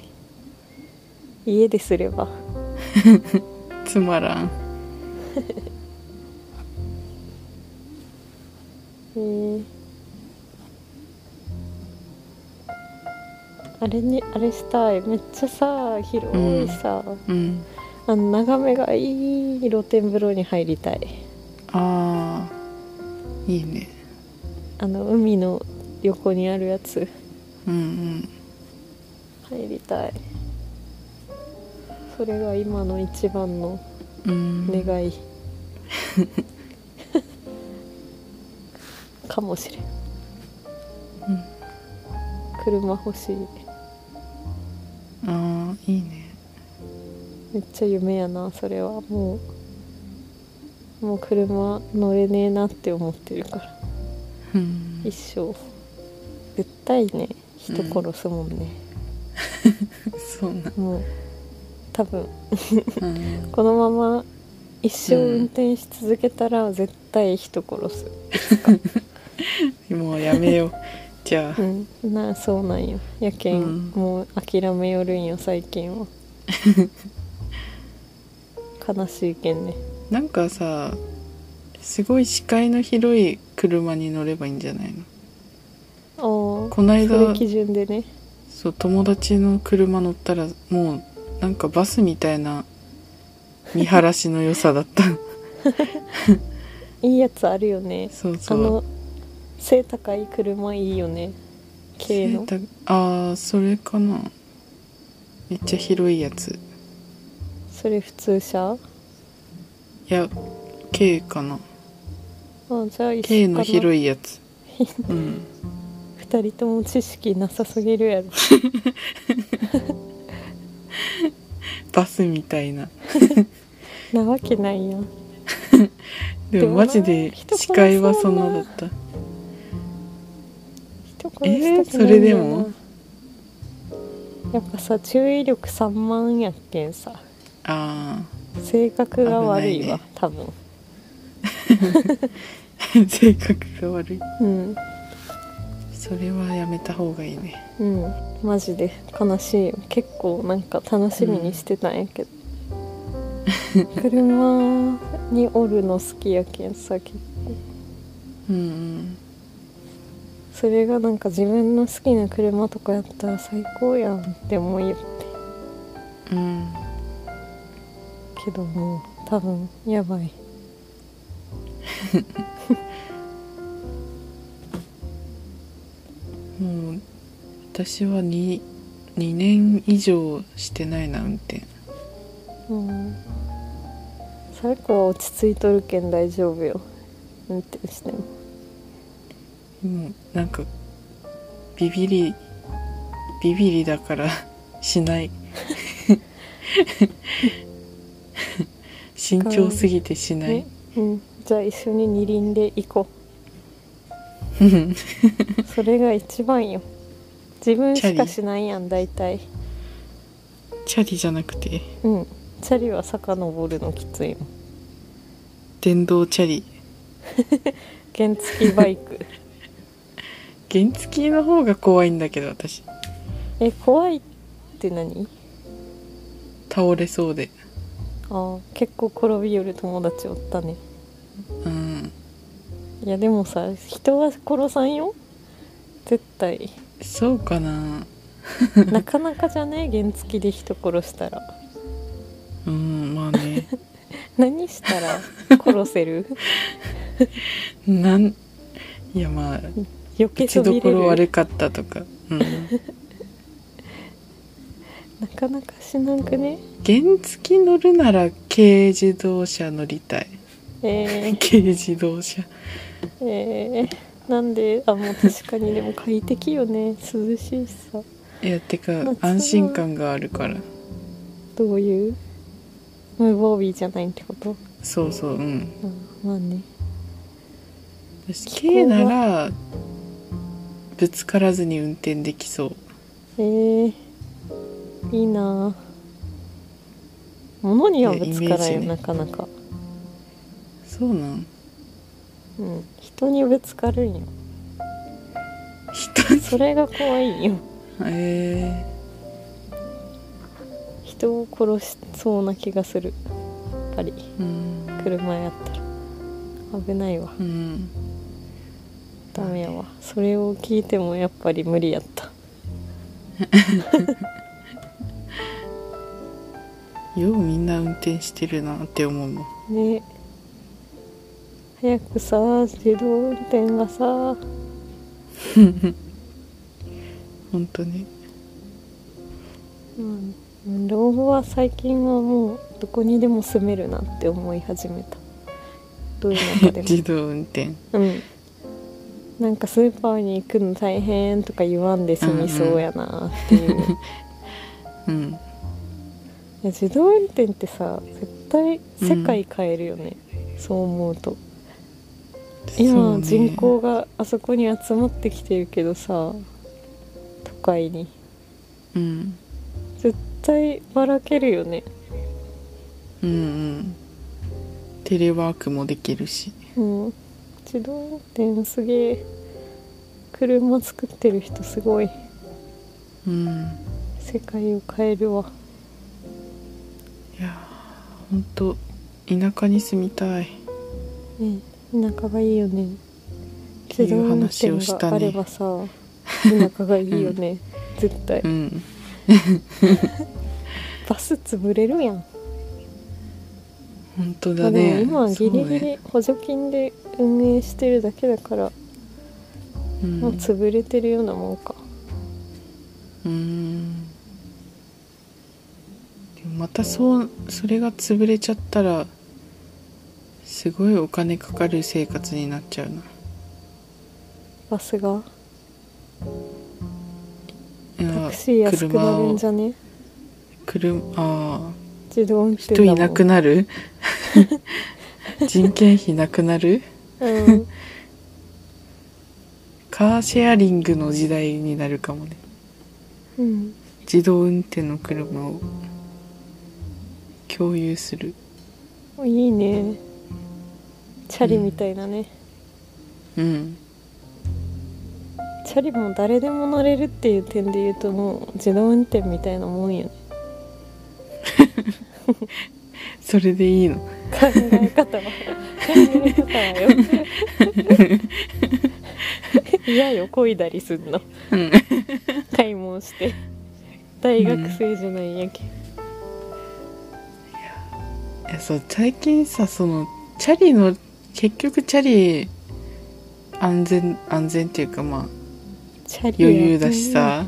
Speaker 1: 家ですれば
Speaker 2: つまらん
Speaker 1: えーあれにあれしたいめっちゃさ広いさ、
Speaker 2: うん
Speaker 1: あの眺めがいい露天風呂に入りたい
Speaker 2: あーいいね
Speaker 1: あの海の横にあるやつ
Speaker 2: うん
Speaker 1: 入りたいそれが今の一番の
Speaker 2: うんうん
Speaker 1: 願い かもしれん、
Speaker 2: ん
Speaker 1: 車欲しい
Speaker 2: あーいいね
Speaker 1: めっちゃ夢やなそれはもうもう車乗れねえなって思ってるから
Speaker 2: うん
Speaker 1: 一生絶対ね人殺すもんね、
Speaker 2: そうな
Speaker 1: もう多分
Speaker 2: うん
Speaker 1: このまま一生
Speaker 2: うん
Speaker 1: 運転し続けたら絶対人殺す、
Speaker 2: もうやめ ようじゃあ
Speaker 1: うん、なそうなんよやけん、
Speaker 2: うん
Speaker 1: もう諦めよるんよ最近は 悲しいけんね
Speaker 2: なんかさすごい視界の広い車に乗ればいいんじゃないの
Speaker 1: ああこ
Speaker 2: こないだ
Speaker 1: れ基準でね
Speaker 2: そう友達の車乗ったらもうなんかバスみたいな見晴らしの良さだった
Speaker 1: いいやつあるよね
Speaker 2: そうそ
Speaker 1: あ
Speaker 2: う
Speaker 1: の背高い車いいよね系の
Speaker 2: セーターああそれかなめっちゃ広いやつい
Speaker 1: それ普通車
Speaker 2: や K かな
Speaker 1: あじゃあ一
Speaker 2: K
Speaker 1: 緒か
Speaker 2: の
Speaker 1: な
Speaker 2: 広いやつうん
Speaker 1: 二人とも知識なさすぎる やろ
Speaker 2: バスみたいな
Speaker 1: なわけないやん
Speaker 2: でもマジで視界はそんなだった
Speaker 1: 人殺したくないんだよな
Speaker 2: えーそれでも
Speaker 1: やっぱさ注意力3万やっけんさ
Speaker 2: あ
Speaker 1: 性格が悪いわ
Speaker 2: 危ないね
Speaker 1: 多分
Speaker 2: あ 性格が悪い
Speaker 1: うん
Speaker 2: それはやめた方がいいね
Speaker 1: うんマジで悲しいよ結構なんか楽しみにしてたんやけど、車におるの好きやけんさ結構
Speaker 2: うん
Speaker 1: それがなんか自分の好きな車とかやったら最高やんって思う
Speaker 2: うんうん
Speaker 1: けどもう多分やばい
Speaker 2: もう私は 2, 2年以上してないな運転
Speaker 1: うんサルコは落ち着いとるけん大丈夫よ運転しても
Speaker 2: もうなんかビビりビビりだから しない 慎重すぎてしない
Speaker 1: ねうんじゃあ一緒に二輪で行こ
Speaker 2: うん
Speaker 1: うそれが一番よ自分し
Speaker 2: チャ
Speaker 1: か
Speaker 2: リ
Speaker 1: しないやん大体
Speaker 2: チャリじゃなくて
Speaker 1: うんチャリは坂登るのきついもん
Speaker 2: 電動チャリ
Speaker 1: 原付きバイ ク
Speaker 2: 原付の方が怖いんだけど私
Speaker 1: え怖いって何
Speaker 2: 倒れそうで
Speaker 1: ああ結構転び寄る友達おったね
Speaker 2: うん
Speaker 1: いやでもさ人は殺さんよ絶 対
Speaker 2: そうかな
Speaker 1: なかなかじゃね原付きで人殺したら
Speaker 2: うんまあ ね
Speaker 1: 何したら殺せ る
Speaker 2: なんいやまあ
Speaker 1: 避
Speaker 2: 打
Speaker 1: け
Speaker 2: ち
Speaker 1: そ
Speaker 2: ど
Speaker 1: び
Speaker 2: こ
Speaker 1: れ
Speaker 2: ろ
Speaker 1: る
Speaker 2: 悪かったとか、うん、
Speaker 1: なかなかしなくね
Speaker 2: 原付乗るなら軽自動車乗りたい
Speaker 1: えー、
Speaker 2: 軽自動車
Speaker 1: えー、なんであもう確かにでも快適よね涼しいしさ
Speaker 2: いやてか
Speaker 1: まあそれは
Speaker 2: 安心感があるから
Speaker 1: どういう無防備じゃないってこと、
Speaker 2: そうそううん
Speaker 1: うん、まあね
Speaker 2: 私
Speaker 1: 気
Speaker 2: 軽
Speaker 1: 候が
Speaker 2: ならぶつからずに運転できそう
Speaker 1: えー、いいなあ物にはぶつか
Speaker 2: い
Speaker 1: らん
Speaker 2: やイメ
Speaker 1: よ、
Speaker 2: ージね
Speaker 1: なかなか
Speaker 2: そうなん
Speaker 1: うん人にぶつかるんよ
Speaker 2: 人に
Speaker 1: それが怖いんよ
Speaker 2: え
Speaker 1: 人を殺しそうな気がするやっぱり
Speaker 2: ー、うん
Speaker 1: 車やったら危ないわ
Speaker 2: うん
Speaker 1: ダメやわそれを聞いてもやっぱり無理やった
Speaker 2: ようみんな運転してるなって思うもん
Speaker 1: ね早くさ自動運転がさ
Speaker 2: 本当ね
Speaker 1: うん老後は最近はもうどこにでも住めるなって思い始めたどういう 中でも
Speaker 2: 自動運転
Speaker 1: うんなんかスーパーに行くの大変とか言わんで済みそうやなっていう、 い
Speaker 2: うん
Speaker 1: や自動運転ってさ絶対世界変えるよね、そう思うと
Speaker 2: そ
Speaker 1: 今、
Speaker 2: うね
Speaker 1: 人口があそこに集まってきてるけどさ都会に
Speaker 2: うん
Speaker 1: 絶対ばらけるよね
Speaker 2: うんうんテレワークもできるし
Speaker 1: うん自動運転すげえ車作ってる人すごい
Speaker 2: うん
Speaker 1: 世界を変えるわ
Speaker 2: いやーほんと田舎に住みたい
Speaker 1: ね田舎がいいよね
Speaker 2: て
Speaker 1: 自動
Speaker 2: いう
Speaker 1: 運
Speaker 2: 話
Speaker 1: 転
Speaker 2: をしたね
Speaker 1: があればさ、田舎がいいよ ね、絶対
Speaker 2: うん
Speaker 1: バス潰れるやん
Speaker 2: ほんと
Speaker 1: ま
Speaker 2: だ
Speaker 1: あでも
Speaker 2: ね
Speaker 1: 今はギリ
Speaker 2: そう
Speaker 1: ギ
Speaker 2: ね
Speaker 1: リ補助金で運営してるだけだから、
Speaker 2: うん
Speaker 1: もう潰れてるようなもんか
Speaker 2: うーんでもまたそうそれが潰れちゃったらすごいお金かかる生活になっちゃうな
Speaker 1: バスが
Speaker 2: いや
Speaker 1: タクシー安くなるんじゃね
Speaker 2: 車を車あ
Speaker 1: 自動運
Speaker 2: ー
Speaker 1: 転だ
Speaker 2: 人
Speaker 1: もん
Speaker 2: いなく なる人件費なくなる
Speaker 1: うん
Speaker 2: カーシェアリングの時代になるかもね
Speaker 1: うん
Speaker 2: 自動運転の車を共有する
Speaker 1: おいいねチャリみたいなね、
Speaker 2: うん
Speaker 1: チャリも誰でも乗れるっていう点で言うともう自動運転みたいなもんよね
Speaker 2: それでいいの
Speaker 1: 考え方は考え方はよ 嫌よこいだりすんの
Speaker 2: うん
Speaker 1: 買い物して大学生じゃないんやけ、
Speaker 2: いやそう最近さそのチャリの結局チャリ安全安全っていうかまあ
Speaker 1: チャリは
Speaker 2: 余裕だしさ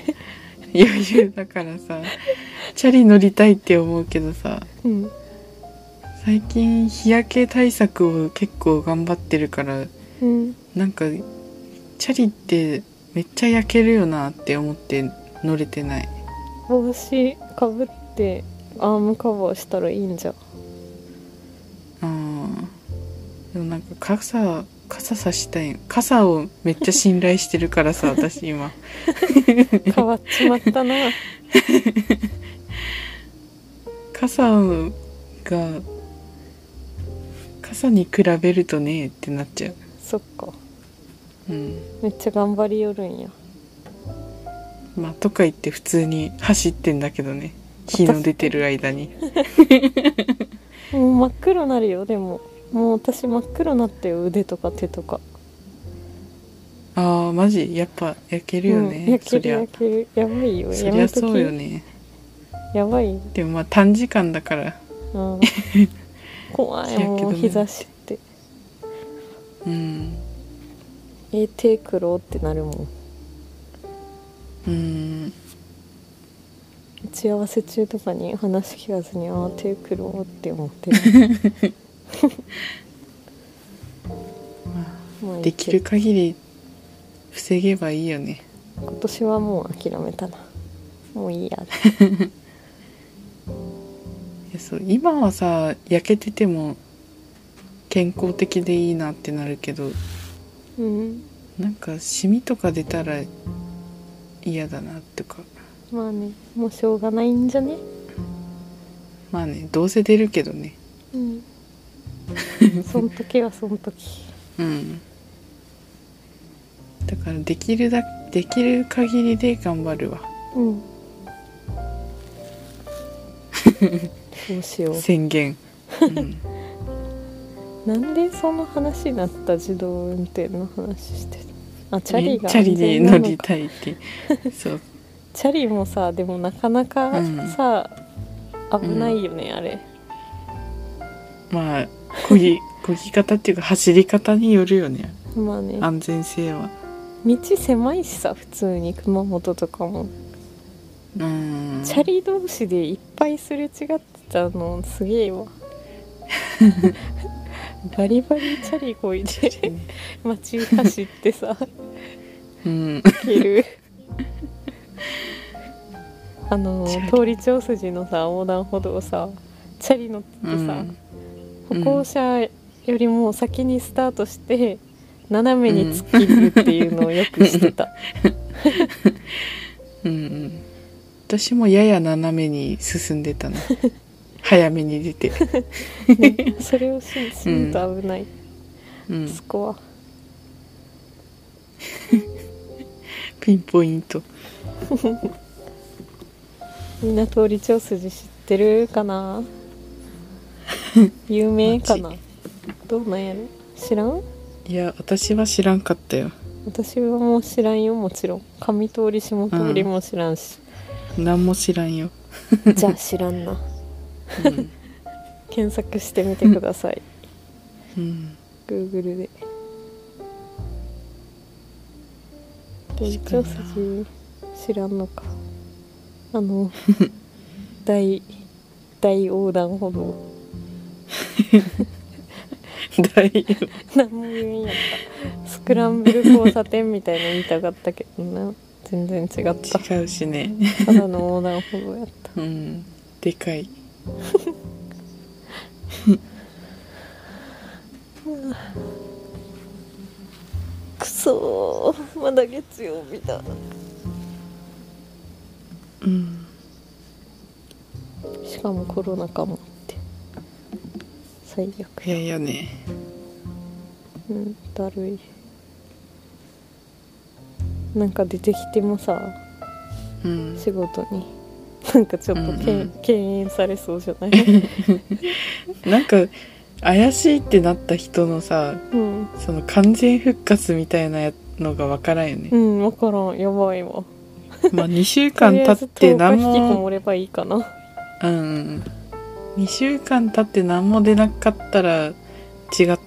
Speaker 2: 余裕だからさチャリ乗りたいって思うけどさ
Speaker 1: うん
Speaker 2: 最近日焼け対策を結構頑張ってるから
Speaker 1: うん
Speaker 2: なんかチャリってめっちゃ焼けるよなって思って乗れてない
Speaker 1: 帽子かぶってアームカバーしたらいいんじゃん
Speaker 2: あーでもなんか傘傘さしたい傘をめっちゃ信頼してるからさ 私今
Speaker 1: 変わっちまった な
Speaker 2: 傘が傘に比べるとねってなっちゃう
Speaker 1: そっか
Speaker 2: うん
Speaker 1: めっちゃ頑張りよるんや
Speaker 2: まあとか言って普通に走ってんだけどね日の出てる間に
Speaker 1: もう真っ黒なるよでももう私真っ黒なってよ腕とか手とか
Speaker 2: ああマジやっぱ焼けるよね、
Speaker 1: うん焼
Speaker 2: そ
Speaker 1: け
Speaker 2: り
Speaker 1: る
Speaker 2: ゃ
Speaker 1: 焼けるやばいよ
Speaker 2: そ
Speaker 1: や
Speaker 2: りゃ
Speaker 1: めとき
Speaker 2: そうよね
Speaker 1: やばい よ、
Speaker 2: でもまあ短時間だから
Speaker 1: うん怖い
Speaker 2: 日焼け止め
Speaker 1: もう日差しって
Speaker 2: うん
Speaker 1: えー手黒ってなるもん
Speaker 2: うん
Speaker 1: 打ち合わせ中とかに話聞かずにああ手黒って思ってる まあいいけど
Speaker 2: できる限り防げばいいよね
Speaker 1: 今年はもう諦めたなもういい や
Speaker 2: いやそう今はさ焼けてても健康的でいいなってなるけど
Speaker 1: うん
Speaker 2: なんかシミとか出たら嫌だなとか
Speaker 1: まあねもうしょうがないんじゃね
Speaker 2: まあねどうせ出るけどね
Speaker 1: うんそん時はそん時
Speaker 2: うんだからできるだできる限りで頑張るわ
Speaker 1: うん どうしよう
Speaker 2: 宣言、うん、
Speaker 1: なんでその話になった自動運転の話してたあ チャリが
Speaker 2: ねチャリに乗り
Speaker 1: い
Speaker 2: たいってそう
Speaker 1: チャリもさでもなかなか
Speaker 2: うん
Speaker 1: さ、危ないよね、あれ
Speaker 2: まあこぎこぎ方っていうか走り方によるよね
Speaker 1: まあね
Speaker 2: 安全性は
Speaker 1: 道狭いしさ普通に熊本とかも、
Speaker 2: うん
Speaker 1: チャリ同士でいっぱいすれ違ってたのすげえ わバリバリチャリこいで街走ってさ
Speaker 2: うん
Speaker 1: いるあの
Speaker 2: チャリ
Speaker 1: 通り調筋のさ横断歩道をさチャリ乗っててさ、
Speaker 2: うん
Speaker 1: 歩行者よりも先にスタートして斜めに突っ切るっていうのをよくして た、
Speaker 2: うんうん私もやや斜めに進んで たな早めに出て
Speaker 1: ねそれをししんと危ない、
Speaker 2: うん
Speaker 1: そこは
Speaker 2: ピンポイント
Speaker 1: みんな通り調筋知ってるかな有名かなどうなんやろ知らん
Speaker 2: いや私は知らんかったよ
Speaker 1: 私はもう知らんよもちろん上通り下通りも知らんし、
Speaker 2: 何も知らんよ、
Speaker 1: じゃあ知らんな
Speaker 2: うん
Speaker 1: 検索してみてください
Speaker 2: うん、
Speaker 1: Google で
Speaker 2: 確か
Speaker 1: 通
Speaker 2: にな
Speaker 1: り調筋知らんのかあの大大横断歩道
Speaker 2: 大
Speaker 1: 何も言えんやった スクランブル交差点みたいの言いたかったけどな全然違った
Speaker 2: 違うしね
Speaker 1: ただの横断歩道やった
Speaker 2: うんでかい
Speaker 1: くそーまだ月曜日だ
Speaker 2: うん
Speaker 1: しかもコロナかもって最悪
Speaker 2: いやいやね
Speaker 1: うんだるいなんか出てきてもさ
Speaker 2: うん
Speaker 1: 仕事になんかちょっとけ、
Speaker 2: うん
Speaker 1: ん
Speaker 2: うん
Speaker 1: 敬遠されそうじゃない、
Speaker 2: なんか怪しいってなった人のさ
Speaker 1: うん、
Speaker 2: その完全復活みたいなのがわからんよね
Speaker 1: う、ん、分からんやばいわ
Speaker 2: まあ2週間経って何
Speaker 1: とりあえず10日引きこ
Speaker 2: も
Speaker 1: もればいいかな
Speaker 2: うん2週間経って何も出なかったら違っ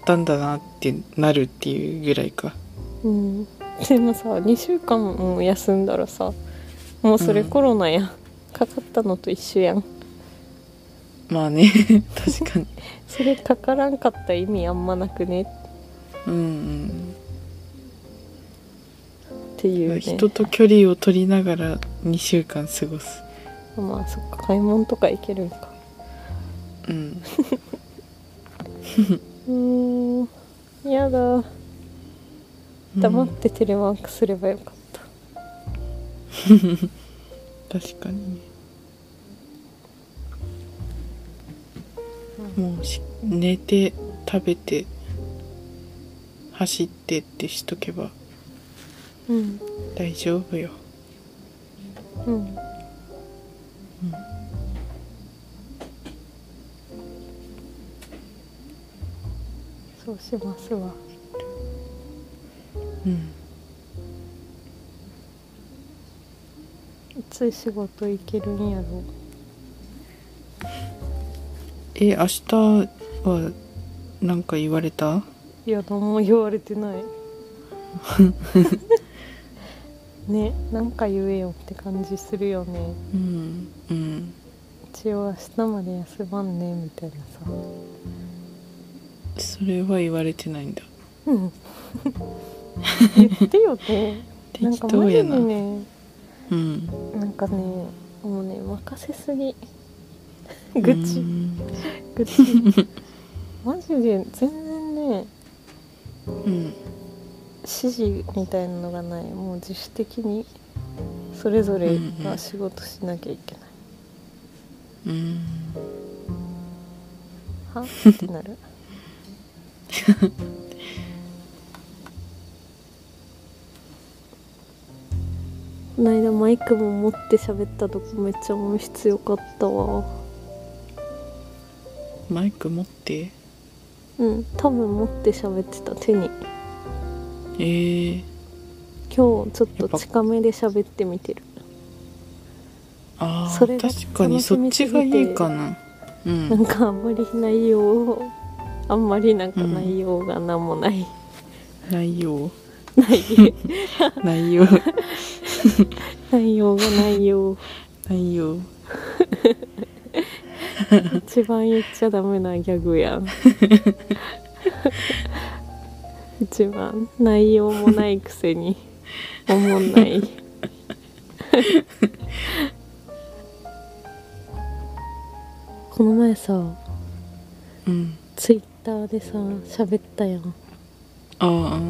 Speaker 2: たんだなってなるっていうぐらいか
Speaker 1: うんでもさ2週間も休んだらさもうそれ
Speaker 2: うん
Speaker 1: コロナやん、かかったのと一緒やん
Speaker 2: まあね確かに
Speaker 1: それかからんかった意味あんまなくねっ
Speaker 2: うんうん
Speaker 1: ていうね
Speaker 2: 人と距離を取りながら2週間過ごす
Speaker 1: まあそっか買い物とか行けるんか
Speaker 2: うん
Speaker 1: うーんやだ黙ってテレワークすればよかった、
Speaker 2: うん確かにねもうし寝て食べて走ってってしとけば
Speaker 1: うん
Speaker 2: 大丈夫よ
Speaker 1: うんそうしますわ
Speaker 2: うん
Speaker 1: いつ仕事行けるんやろ
Speaker 2: え明日はなんか言われた
Speaker 1: いや何も言われてない ねなんか言えよって感じするよね
Speaker 2: うんうん
Speaker 1: 一応明日まで休まんねみたいなさ
Speaker 2: それは言われてないんだ
Speaker 1: うん言ってよねなん
Speaker 2: 適
Speaker 1: か
Speaker 2: 当
Speaker 1: マジ
Speaker 2: や
Speaker 1: で
Speaker 2: な
Speaker 1: ね
Speaker 2: うん
Speaker 1: なんかねもうね任せすぎ愚
Speaker 2: う
Speaker 1: 痴
Speaker 2: ん
Speaker 1: 愚痴マジで全然ね
Speaker 2: うん
Speaker 1: 指示みたいなのがないもう自主的にそれぞれが仕事しなきゃいけない、
Speaker 2: うん
Speaker 1: はってなる この間マイクも持って喋ったとこめっちゃ音質良かったわ
Speaker 2: マイク持って
Speaker 1: うん多分持って喋ってた手に
Speaker 2: えー、
Speaker 1: 今日ちょっと近めで喋ってみてる
Speaker 2: ああ
Speaker 1: それが
Speaker 2: 確かにそっちがいいかなう
Speaker 1: なん
Speaker 2: ん
Speaker 1: かあんまり内容あんまりなんか内容が何もない、
Speaker 2: 内容
Speaker 1: ない
Speaker 2: 内容
Speaker 1: 内容がないよ
Speaker 2: 内容
Speaker 1: 一番言っちゃダメなギャグやん一番内容もないくせにおもんないこの前さ
Speaker 2: うん
Speaker 1: ツイッターでさ喋ったやん
Speaker 2: ああ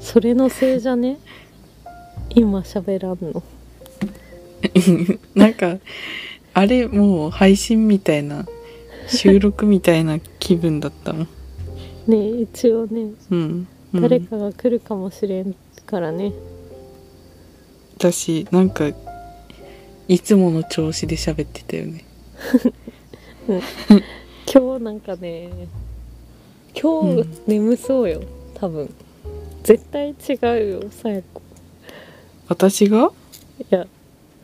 Speaker 1: それのせいじゃね今喋らんの
Speaker 2: なんかあれもう配信みたいな収録みたいな気分だったもん
Speaker 1: ねえ一応ね
Speaker 2: うん、うん、
Speaker 1: 誰かが来るかもしれんからね、
Speaker 2: だしなんかいつもの調子で喋ってたよね
Speaker 1: 今日なんかね今
Speaker 2: う
Speaker 1: 日
Speaker 2: ん
Speaker 1: 眠そうよ、多分絶対違うよさや子
Speaker 2: 私が
Speaker 1: いや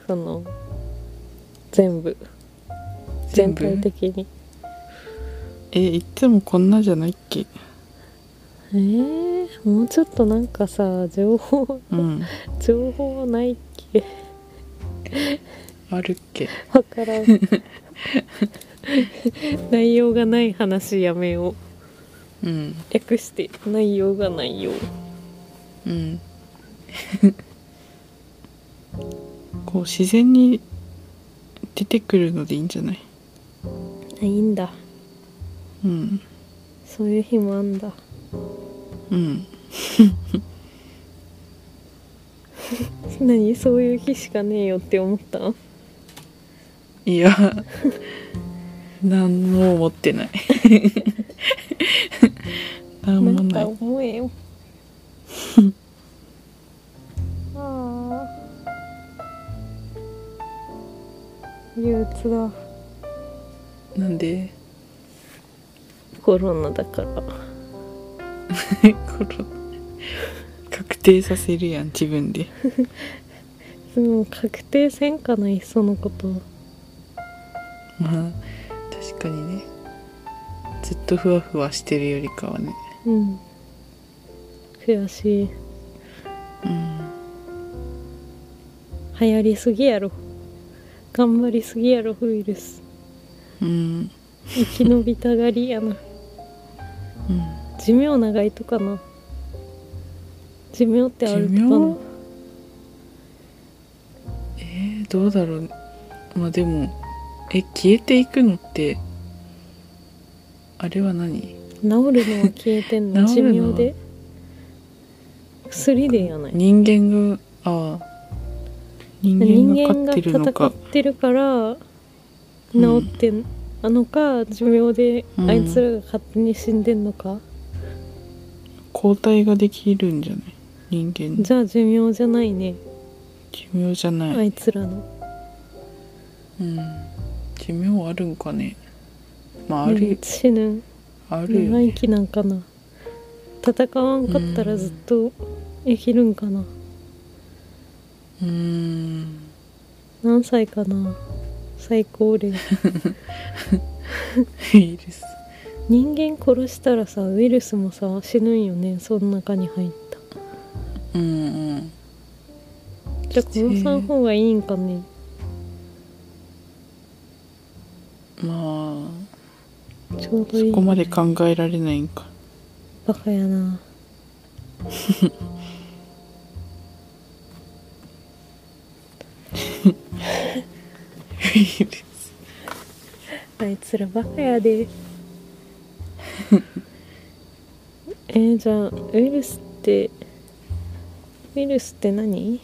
Speaker 1: その全部全
Speaker 2: 全部
Speaker 1: 体的に
Speaker 2: えいつもこんなじゃないっけ
Speaker 1: えー、もうちょっとなんかさ情報
Speaker 2: うん
Speaker 1: 情報ないっけ
Speaker 2: あるっけ
Speaker 1: わ からん内容がない話やめよう
Speaker 2: うん
Speaker 1: 略して内容がないよ
Speaker 2: うん こう自然に出てくるのでいいんじゃない
Speaker 1: あいいんだ
Speaker 2: うん
Speaker 1: そういう日もあんだ
Speaker 2: うん
Speaker 1: 何そういう日しかねえよって思った
Speaker 2: いや 何も思ってない 何も
Speaker 1: なん
Speaker 2: な
Speaker 1: か
Speaker 2: い
Speaker 1: 思え よああ憂鬱だ
Speaker 2: なんで
Speaker 1: コロナだから
Speaker 2: この 確定させるやん自分 で
Speaker 1: でも確定戦かないっそのこと
Speaker 2: まあ確かにねずっとふわふわしてるよりかはね
Speaker 1: うん悔しい
Speaker 2: うん
Speaker 1: 流行りすぎやろ頑張りすぎやろウイルス
Speaker 2: うん
Speaker 1: 生き延びたがりやな
Speaker 2: うん
Speaker 1: 寿命長いとかな寿命ってあるとか
Speaker 2: 寿
Speaker 1: な
Speaker 2: 命えー、どうだろうまあでもえ消えていくのってあれは何
Speaker 1: 治るのは消えてんの
Speaker 2: 治
Speaker 1: 寿
Speaker 2: るの
Speaker 1: 命で薬でやない
Speaker 2: 人間がああ人
Speaker 1: 人
Speaker 2: 間が
Speaker 1: 間が
Speaker 2: 飼ってるの
Speaker 1: 戦
Speaker 2: か
Speaker 1: ってるから治ってんあのか寿命で
Speaker 2: うん
Speaker 1: あいつらが勝手に死んでんのか、
Speaker 2: 抗体ができるんじゃない人間
Speaker 1: じゃあ寿命じゃないね、
Speaker 2: 寿命じゃない、
Speaker 1: あいつらの
Speaker 2: うん寿命あるんかねまああ
Speaker 1: で
Speaker 2: る
Speaker 1: も死ぬん
Speaker 2: あるよ
Speaker 1: 長
Speaker 2: ね
Speaker 1: 生きなんかな戦わんかったらずっと生きるんかな
Speaker 2: うーん
Speaker 1: 何歳かな最高齢
Speaker 2: ウイルス
Speaker 1: 人間殺したらさウイルスもさ死ぬんよねその中に入った
Speaker 2: うんうん
Speaker 1: じゃあ殺さん方がいいんかね
Speaker 2: ま
Speaker 1: ちょう
Speaker 2: あ
Speaker 1: どい
Speaker 2: そ
Speaker 1: い
Speaker 2: こまで考えられないんか
Speaker 1: バカやな
Speaker 2: ウイルス
Speaker 1: あいつらバカや でえー、じゃあウイルスってウイルスって何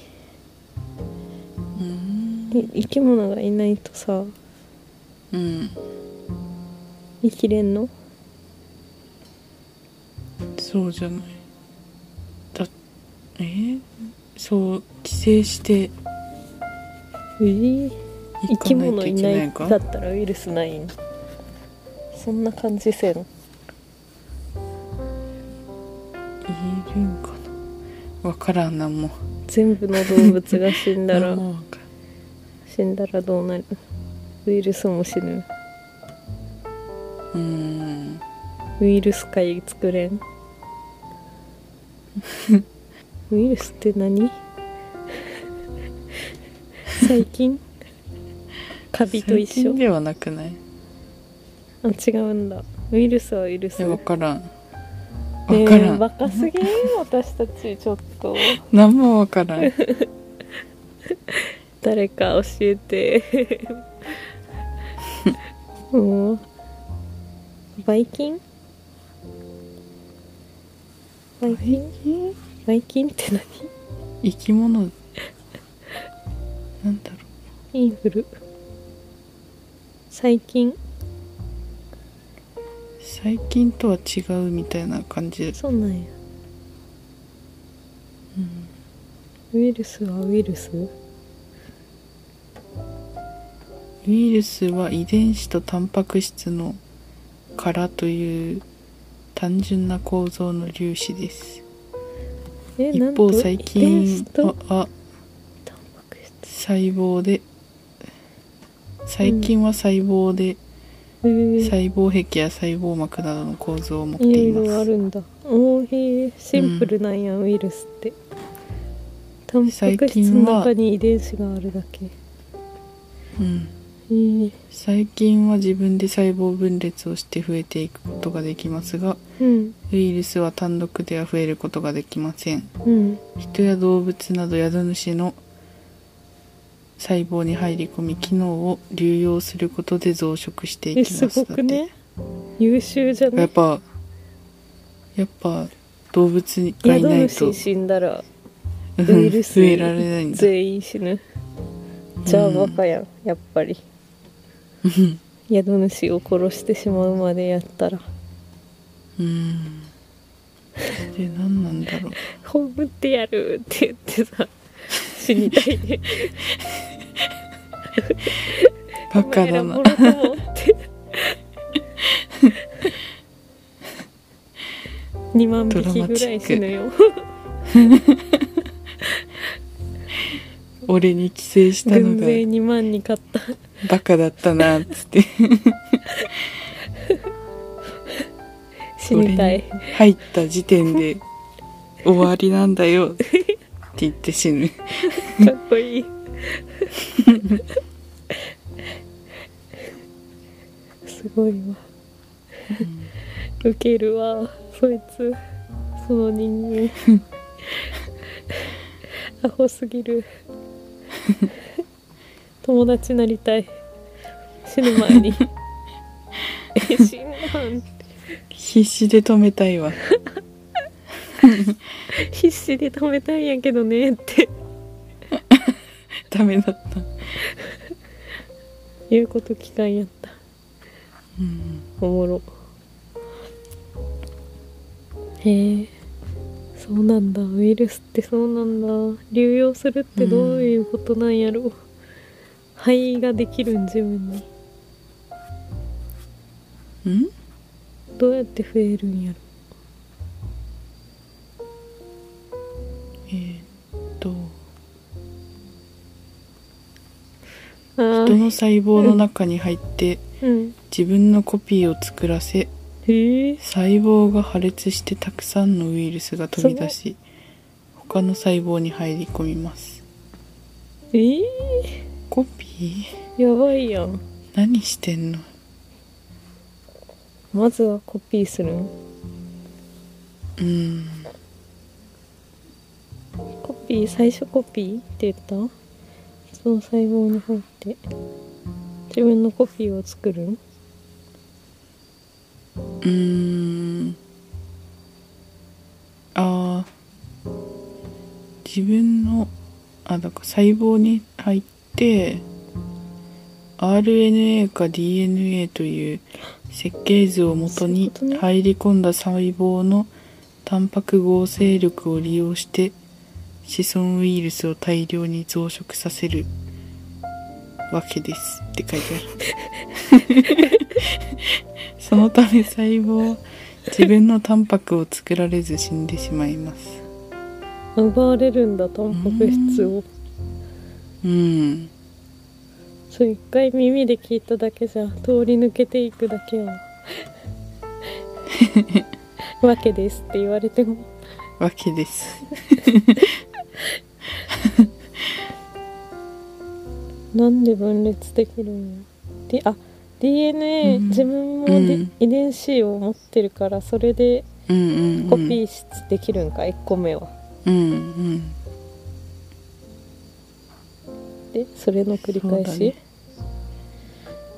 Speaker 2: うん
Speaker 1: い生き物がいないとさ
Speaker 2: うん
Speaker 1: 生きれんの
Speaker 2: そうじゃないだえー、そう寄生して
Speaker 1: えー
Speaker 2: い
Speaker 1: 生
Speaker 2: か
Speaker 1: き
Speaker 2: ない
Speaker 1: 物
Speaker 2: とい
Speaker 1: い
Speaker 2: けな
Speaker 1: ないい
Speaker 2: か
Speaker 1: だったらウイルスないんそんな感じせん
Speaker 2: いるんかなわからんなんも
Speaker 1: 全部の動物が死んだら
Speaker 2: 何もわか
Speaker 1: 死んだらどうなるウイルスも死ぬ
Speaker 2: らんうん
Speaker 1: ウイルス界作れん ウイルスって 何最近カビと一
Speaker 2: 最
Speaker 1: 緒
Speaker 2: 近ではなくない
Speaker 1: あ違うんだウイルスはウイルス
Speaker 2: えわからんわから
Speaker 1: ね
Speaker 2: ん、
Speaker 1: えバカ すぎん私たちちょっと
Speaker 2: 何もわから ん
Speaker 1: 誰か教えて もうバイキンバイキンバイキンって何
Speaker 2: 生き物なんだろ
Speaker 1: インフル最近
Speaker 2: う最近とは違うみたいな感じです、
Speaker 1: そうなんや
Speaker 2: うん
Speaker 1: ウイルスはウイルス
Speaker 2: ウイルスは遺伝子とタンパク質の殻という単純な構造の粒子です
Speaker 1: えなんと
Speaker 2: 一方最
Speaker 1: 遺伝
Speaker 2: 近
Speaker 1: 子と
Speaker 2: はあ
Speaker 1: タンパク質
Speaker 2: 細胞で最近は細胞で
Speaker 1: えー、
Speaker 2: 細胞壁や細胞膜などの構造を持ってい
Speaker 1: い
Speaker 2: ま
Speaker 1: ろいろあ
Speaker 2: す
Speaker 1: るんだおーへーシンプルなんや、ウイルスってタンパク質の中に遺伝子があるだけへ
Speaker 2: うん
Speaker 1: えー、
Speaker 2: 細菌は自分で細胞分裂をして増えていくことができますが
Speaker 1: うん
Speaker 2: ウイルスは単独では増えることができません
Speaker 1: うん
Speaker 2: 人や動物など宿主の細胞に入り込み機能を流用することで増殖していき
Speaker 1: え
Speaker 2: ます
Speaker 1: すごくね優秀じゃ
Speaker 2: だってや
Speaker 1: ない
Speaker 2: っぱやっぱ動物がいないと
Speaker 1: 宿主死んだら
Speaker 2: うん
Speaker 1: ウイルス
Speaker 2: 増えられないんだ
Speaker 1: 全員死ぬじゃあバカやん、やっぱ り
Speaker 2: うん
Speaker 1: 宿主を殺してしまうまでやったら
Speaker 2: うんで何なんだろ う
Speaker 1: 「葬ってやる」って言ってさ死にたいね
Speaker 2: バカだ
Speaker 1: お前ら
Speaker 2: な
Speaker 1: もろともって2万匹ぐらい死ぬよ
Speaker 2: 俺に寄生した の
Speaker 1: 軍
Speaker 2: が
Speaker 1: 勢2万に勝った
Speaker 2: バカだったなっつって
Speaker 1: 死にたい
Speaker 2: 俺に入った時点で終わりなんだよって言って死ぬ
Speaker 1: かっこいいすごいわウケるわそいつその人間アホすぎる友達なりたい死ぬ前にえ死んだん
Speaker 2: 必死で止めたいわ
Speaker 1: 必死で止めたいんやけどねって
Speaker 2: ダメだった、
Speaker 1: 言うこと聞かんやった
Speaker 2: うん、
Speaker 1: おもろへえそうなんだウイルスってそうなんだ流用するってどういうことなんやろう、肺ができるん自分に
Speaker 2: うん
Speaker 1: どうやって増えるんやろ
Speaker 2: えーっと
Speaker 1: あ
Speaker 2: 人
Speaker 1: ー
Speaker 2: の細胞の中に入って
Speaker 1: うん
Speaker 2: 自分のコピーを作らせ
Speaker 1: へえ
Speaker 2: 細胞が破裂してたくさんのウイルスが飛び出し他の細胞に入り込みます
Speaker 1: え
Speaker 2: コピー
Speaker 1: ー、やばいやん
Speaker 2: 何してんの
Speaker 1: まずはコピーするん
Speaker 2: うん
Speaker 1: コピー最初コピーって言ったその細胞に入って自分のコピーを作るん
Speaker 2: うーんあー自分のあだから細胞に入って RNA か DNA という設計図をもと
Speaker 1: そう
Speaker 2: に
Speaker 1: いうことね
Speaker 2: 入り込んだ細胞のタンパク合成力を利用して子孫ウイルスを大量に増殖させるわけですって書いてあるそのため細胞は自分のタンパクを作られず死んでしまいます
Speaker 1: 奪われるんだタンパク質を
Speaker 2: うん
Speaker 1: そう一回耳で聞いただけじゃ通り抜けていくだ けやわけですって言われても
Speaker 2: わけです
Speaker 1: なんで分裂できるんやであ DNA、
Speaker 2: うん
Speaker 1: 自分もで、
Speaker 2: うん
Speaker 1: 遺伝子を持ってるからそれで
Speaker 2: うんうん、うん、
Speaker 1: コピーしできるんか、1個目は
Speaker 2: うんうん
Speaker 1: でそれの繰り返
Speaker 2: そうだ
Speaker 1: し、
Speaker 2: ね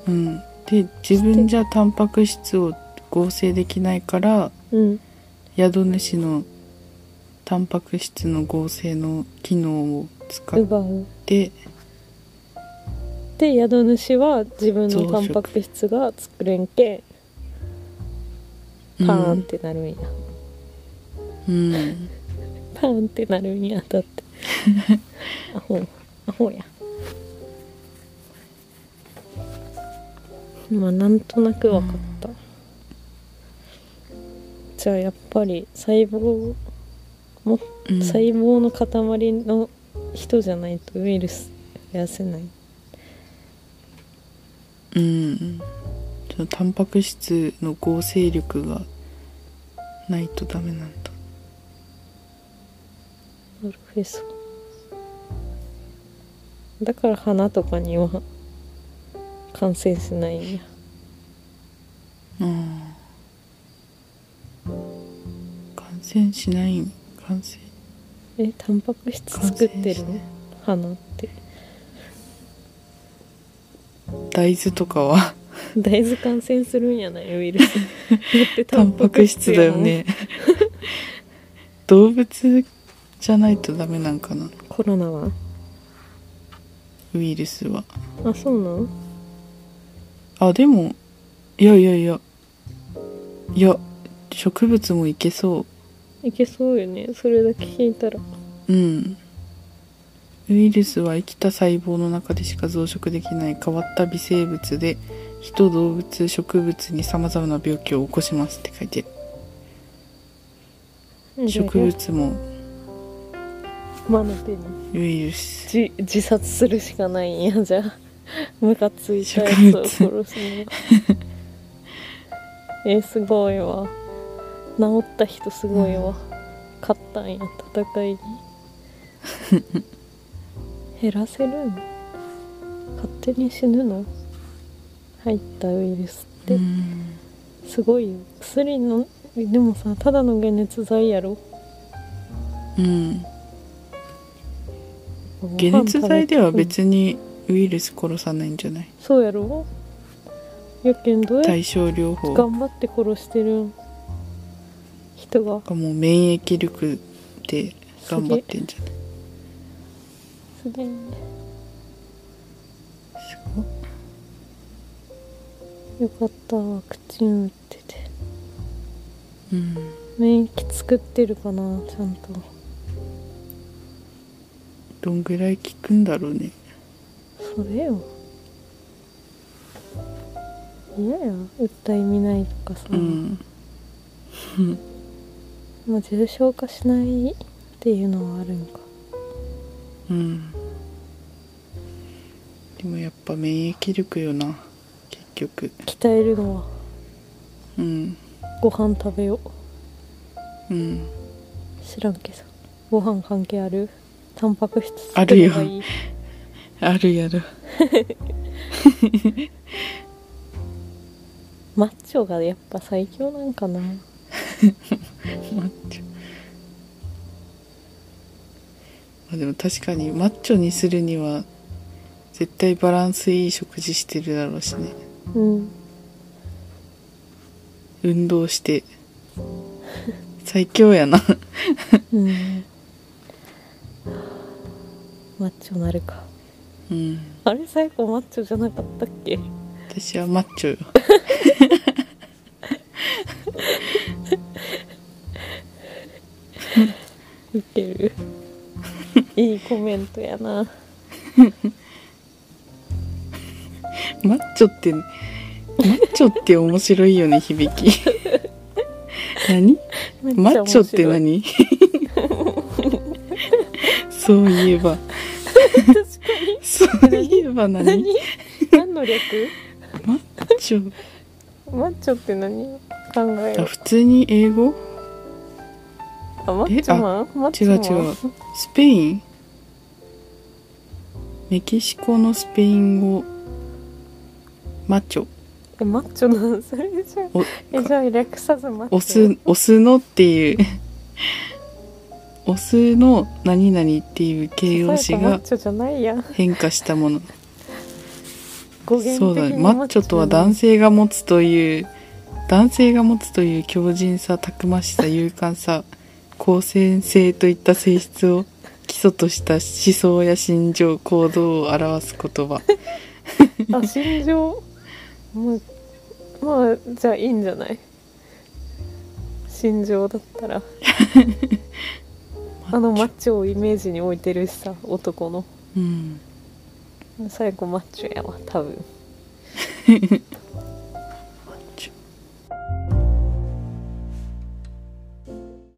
Speaker 2: うんで自分じゃタンパク質を合成できないから
Speaker 1: うん
Speaker 2: 宿主のタンパク質の合成の機能を使っ
Speaker 1: 奪う
Speaker 2: て
Speaker 1: で宿主は自分のタンパク質が作れんけんパーンってなるんや、
Speaker 2: うん、うん
Speaker 1: パーンってなるんやだって アホアホやまあなんとなく分かった、じゃあやっぱり細胞も、
Speaker 2: うん
Speaker 1: 細胞の塊の人じゃないとウイルス増やせない
Speaker 2: うん、そのタンパク質の合成力がないとダメなんだ
Speaker 1: アルフェスだから花とかには感染しないんや
Speaker 2: ああ感染しない感染
Speaker 1: えタンパク質作ってるの花って
Speaker 2: 大豆とかは
Speaker 1: 大豆感染するんやないウイルスだって
Speaker 2: タンパク質だよね動物じゃないとダメなんか
Speaker 1: タ
Speaker 2: な
Speaker 1: ンパク質やもんコロナは
Speaker 2: ウイルスは
Speaker 1: あそうなん
Speaker 2: あでもいやいやいやいや植物もいけそ
Speaker 1: いけそうよねそれだけ聞いたら
Speaker 2: ううんウイルスは生きた細胞の中でしか増殖できない変わった微生物で人動物植物に様々な病気を起こしますって書いてる植物も
Speaker 1: マナテ
Speaker 2: ウイルス
Speaker 1: じ自殺するしかないんやじ ゃあムカついたやつを殺すのがえすごいわ治った人すごいわ、勝ったんや戦い に減らせるん勝手に死ぬの入ったウイルスって、
Speaker 2: うん
Speaker 1: すごいよ薬のでもさただの解熱剤やろ
Speaker 2: うん解熱剤では別にウイルス殺さないんじゃない
Speaker 1: そうやろやけんどうやって
Speaker 2: 対症療法が
Speaker 1: 頑張って殺してるん人が
Speaker 2: もう免疫力で頑張ってんじゃない
Speaker 1: すげえ
Speaker 2: すごい
Speaker 1: よかったワクチン打ってて
Speaker 2: うん
Speaker 1: 免疫作ってるかなちゃんと
Speaker 2: どんぐらい効くんだろうね
Speaker 1: それよ嫌や打った意味ないとかさ、
Speaker 2: うん
Speaker 1: まあ重症化しないっていうのはあるんか
Speaker 2: うんでもやっぱ免疫力よな結局
Speaker 1: 鍛えるのは
Speaker 2: うん
Speaker 1: ご飯食べよう
Speaker 2: うん
Speaker 1: 知らんけどご飯関係あるタンパク質
Speaker 2: あ
Speaker 1: 作
Speaker 2: る
Speaker 1: れ
Speaker 2: よ
Speaker 1: ばいい
Speaker 2: あるやろ
Speaker 1: マッチョがやっぱ最強なんかな
Speaker 2: マッチョまあでも確かにマッチョにするには絶対バランスいい食事してるだろうしね
Speaker 1: うん
Speaker 2: 運動して最強やな
Speaker 1: うんマッチョなるか
Speaker 2: うん
Speaker 1: あれ最後マッチョじゃなかったっけ
Speaker 2: 私はマッチョよ
Speaker 1: いけ るいいコメントやな
Speaker 2: マッチョってマッチョって面白いよね響き何マッチョって
Speaker 1: めっ
Speaker 2: 何そういえばそういえば
Speaker 1: ちゃ面白い
Speaker 2: 何
Speaker 1: 何何の略
Speaker 2: マッチョ
Speaker 1: マッチョって何考え
Speaker 2: あ
Speaker 1: よう
Speaker 2: 普通に英語
Speaker 1: あマッチョマンマッ
Speaker 2: 違
Speaker 1: チ
Speaker 2: う
Speaker 1: ョマン
Speaker 2: 違うスペインメキシコのスペイン語マッチョ
Speaker 1: えマッチョなんそれじゃ
Speaker 2: お
Speaker 1: えじゃあ略さずマッチョ
Speaker 2: オスオスのっていうオスの何々っていう形容詞
Speaker 1: そうやマッ
Speaker 2: が
Speaker 1: チョじゃないやん
Speaker 2: 変化したもの
Speaker 1: 語源的に
Speaker 2: そうだねマッチョとは男性が持つという男性が持つという強靭さたくま しさ勇敢さ公正性といった性質を基礎とした思想や心情行動を表す言葉
Speaker 1: あ心情まあまあじゃあいいんじゃない心情だったら あのマッチョをイメージに置いてるしさ男の
Speaker 2: うん
Speaker 1: 最後マッチョやわ多分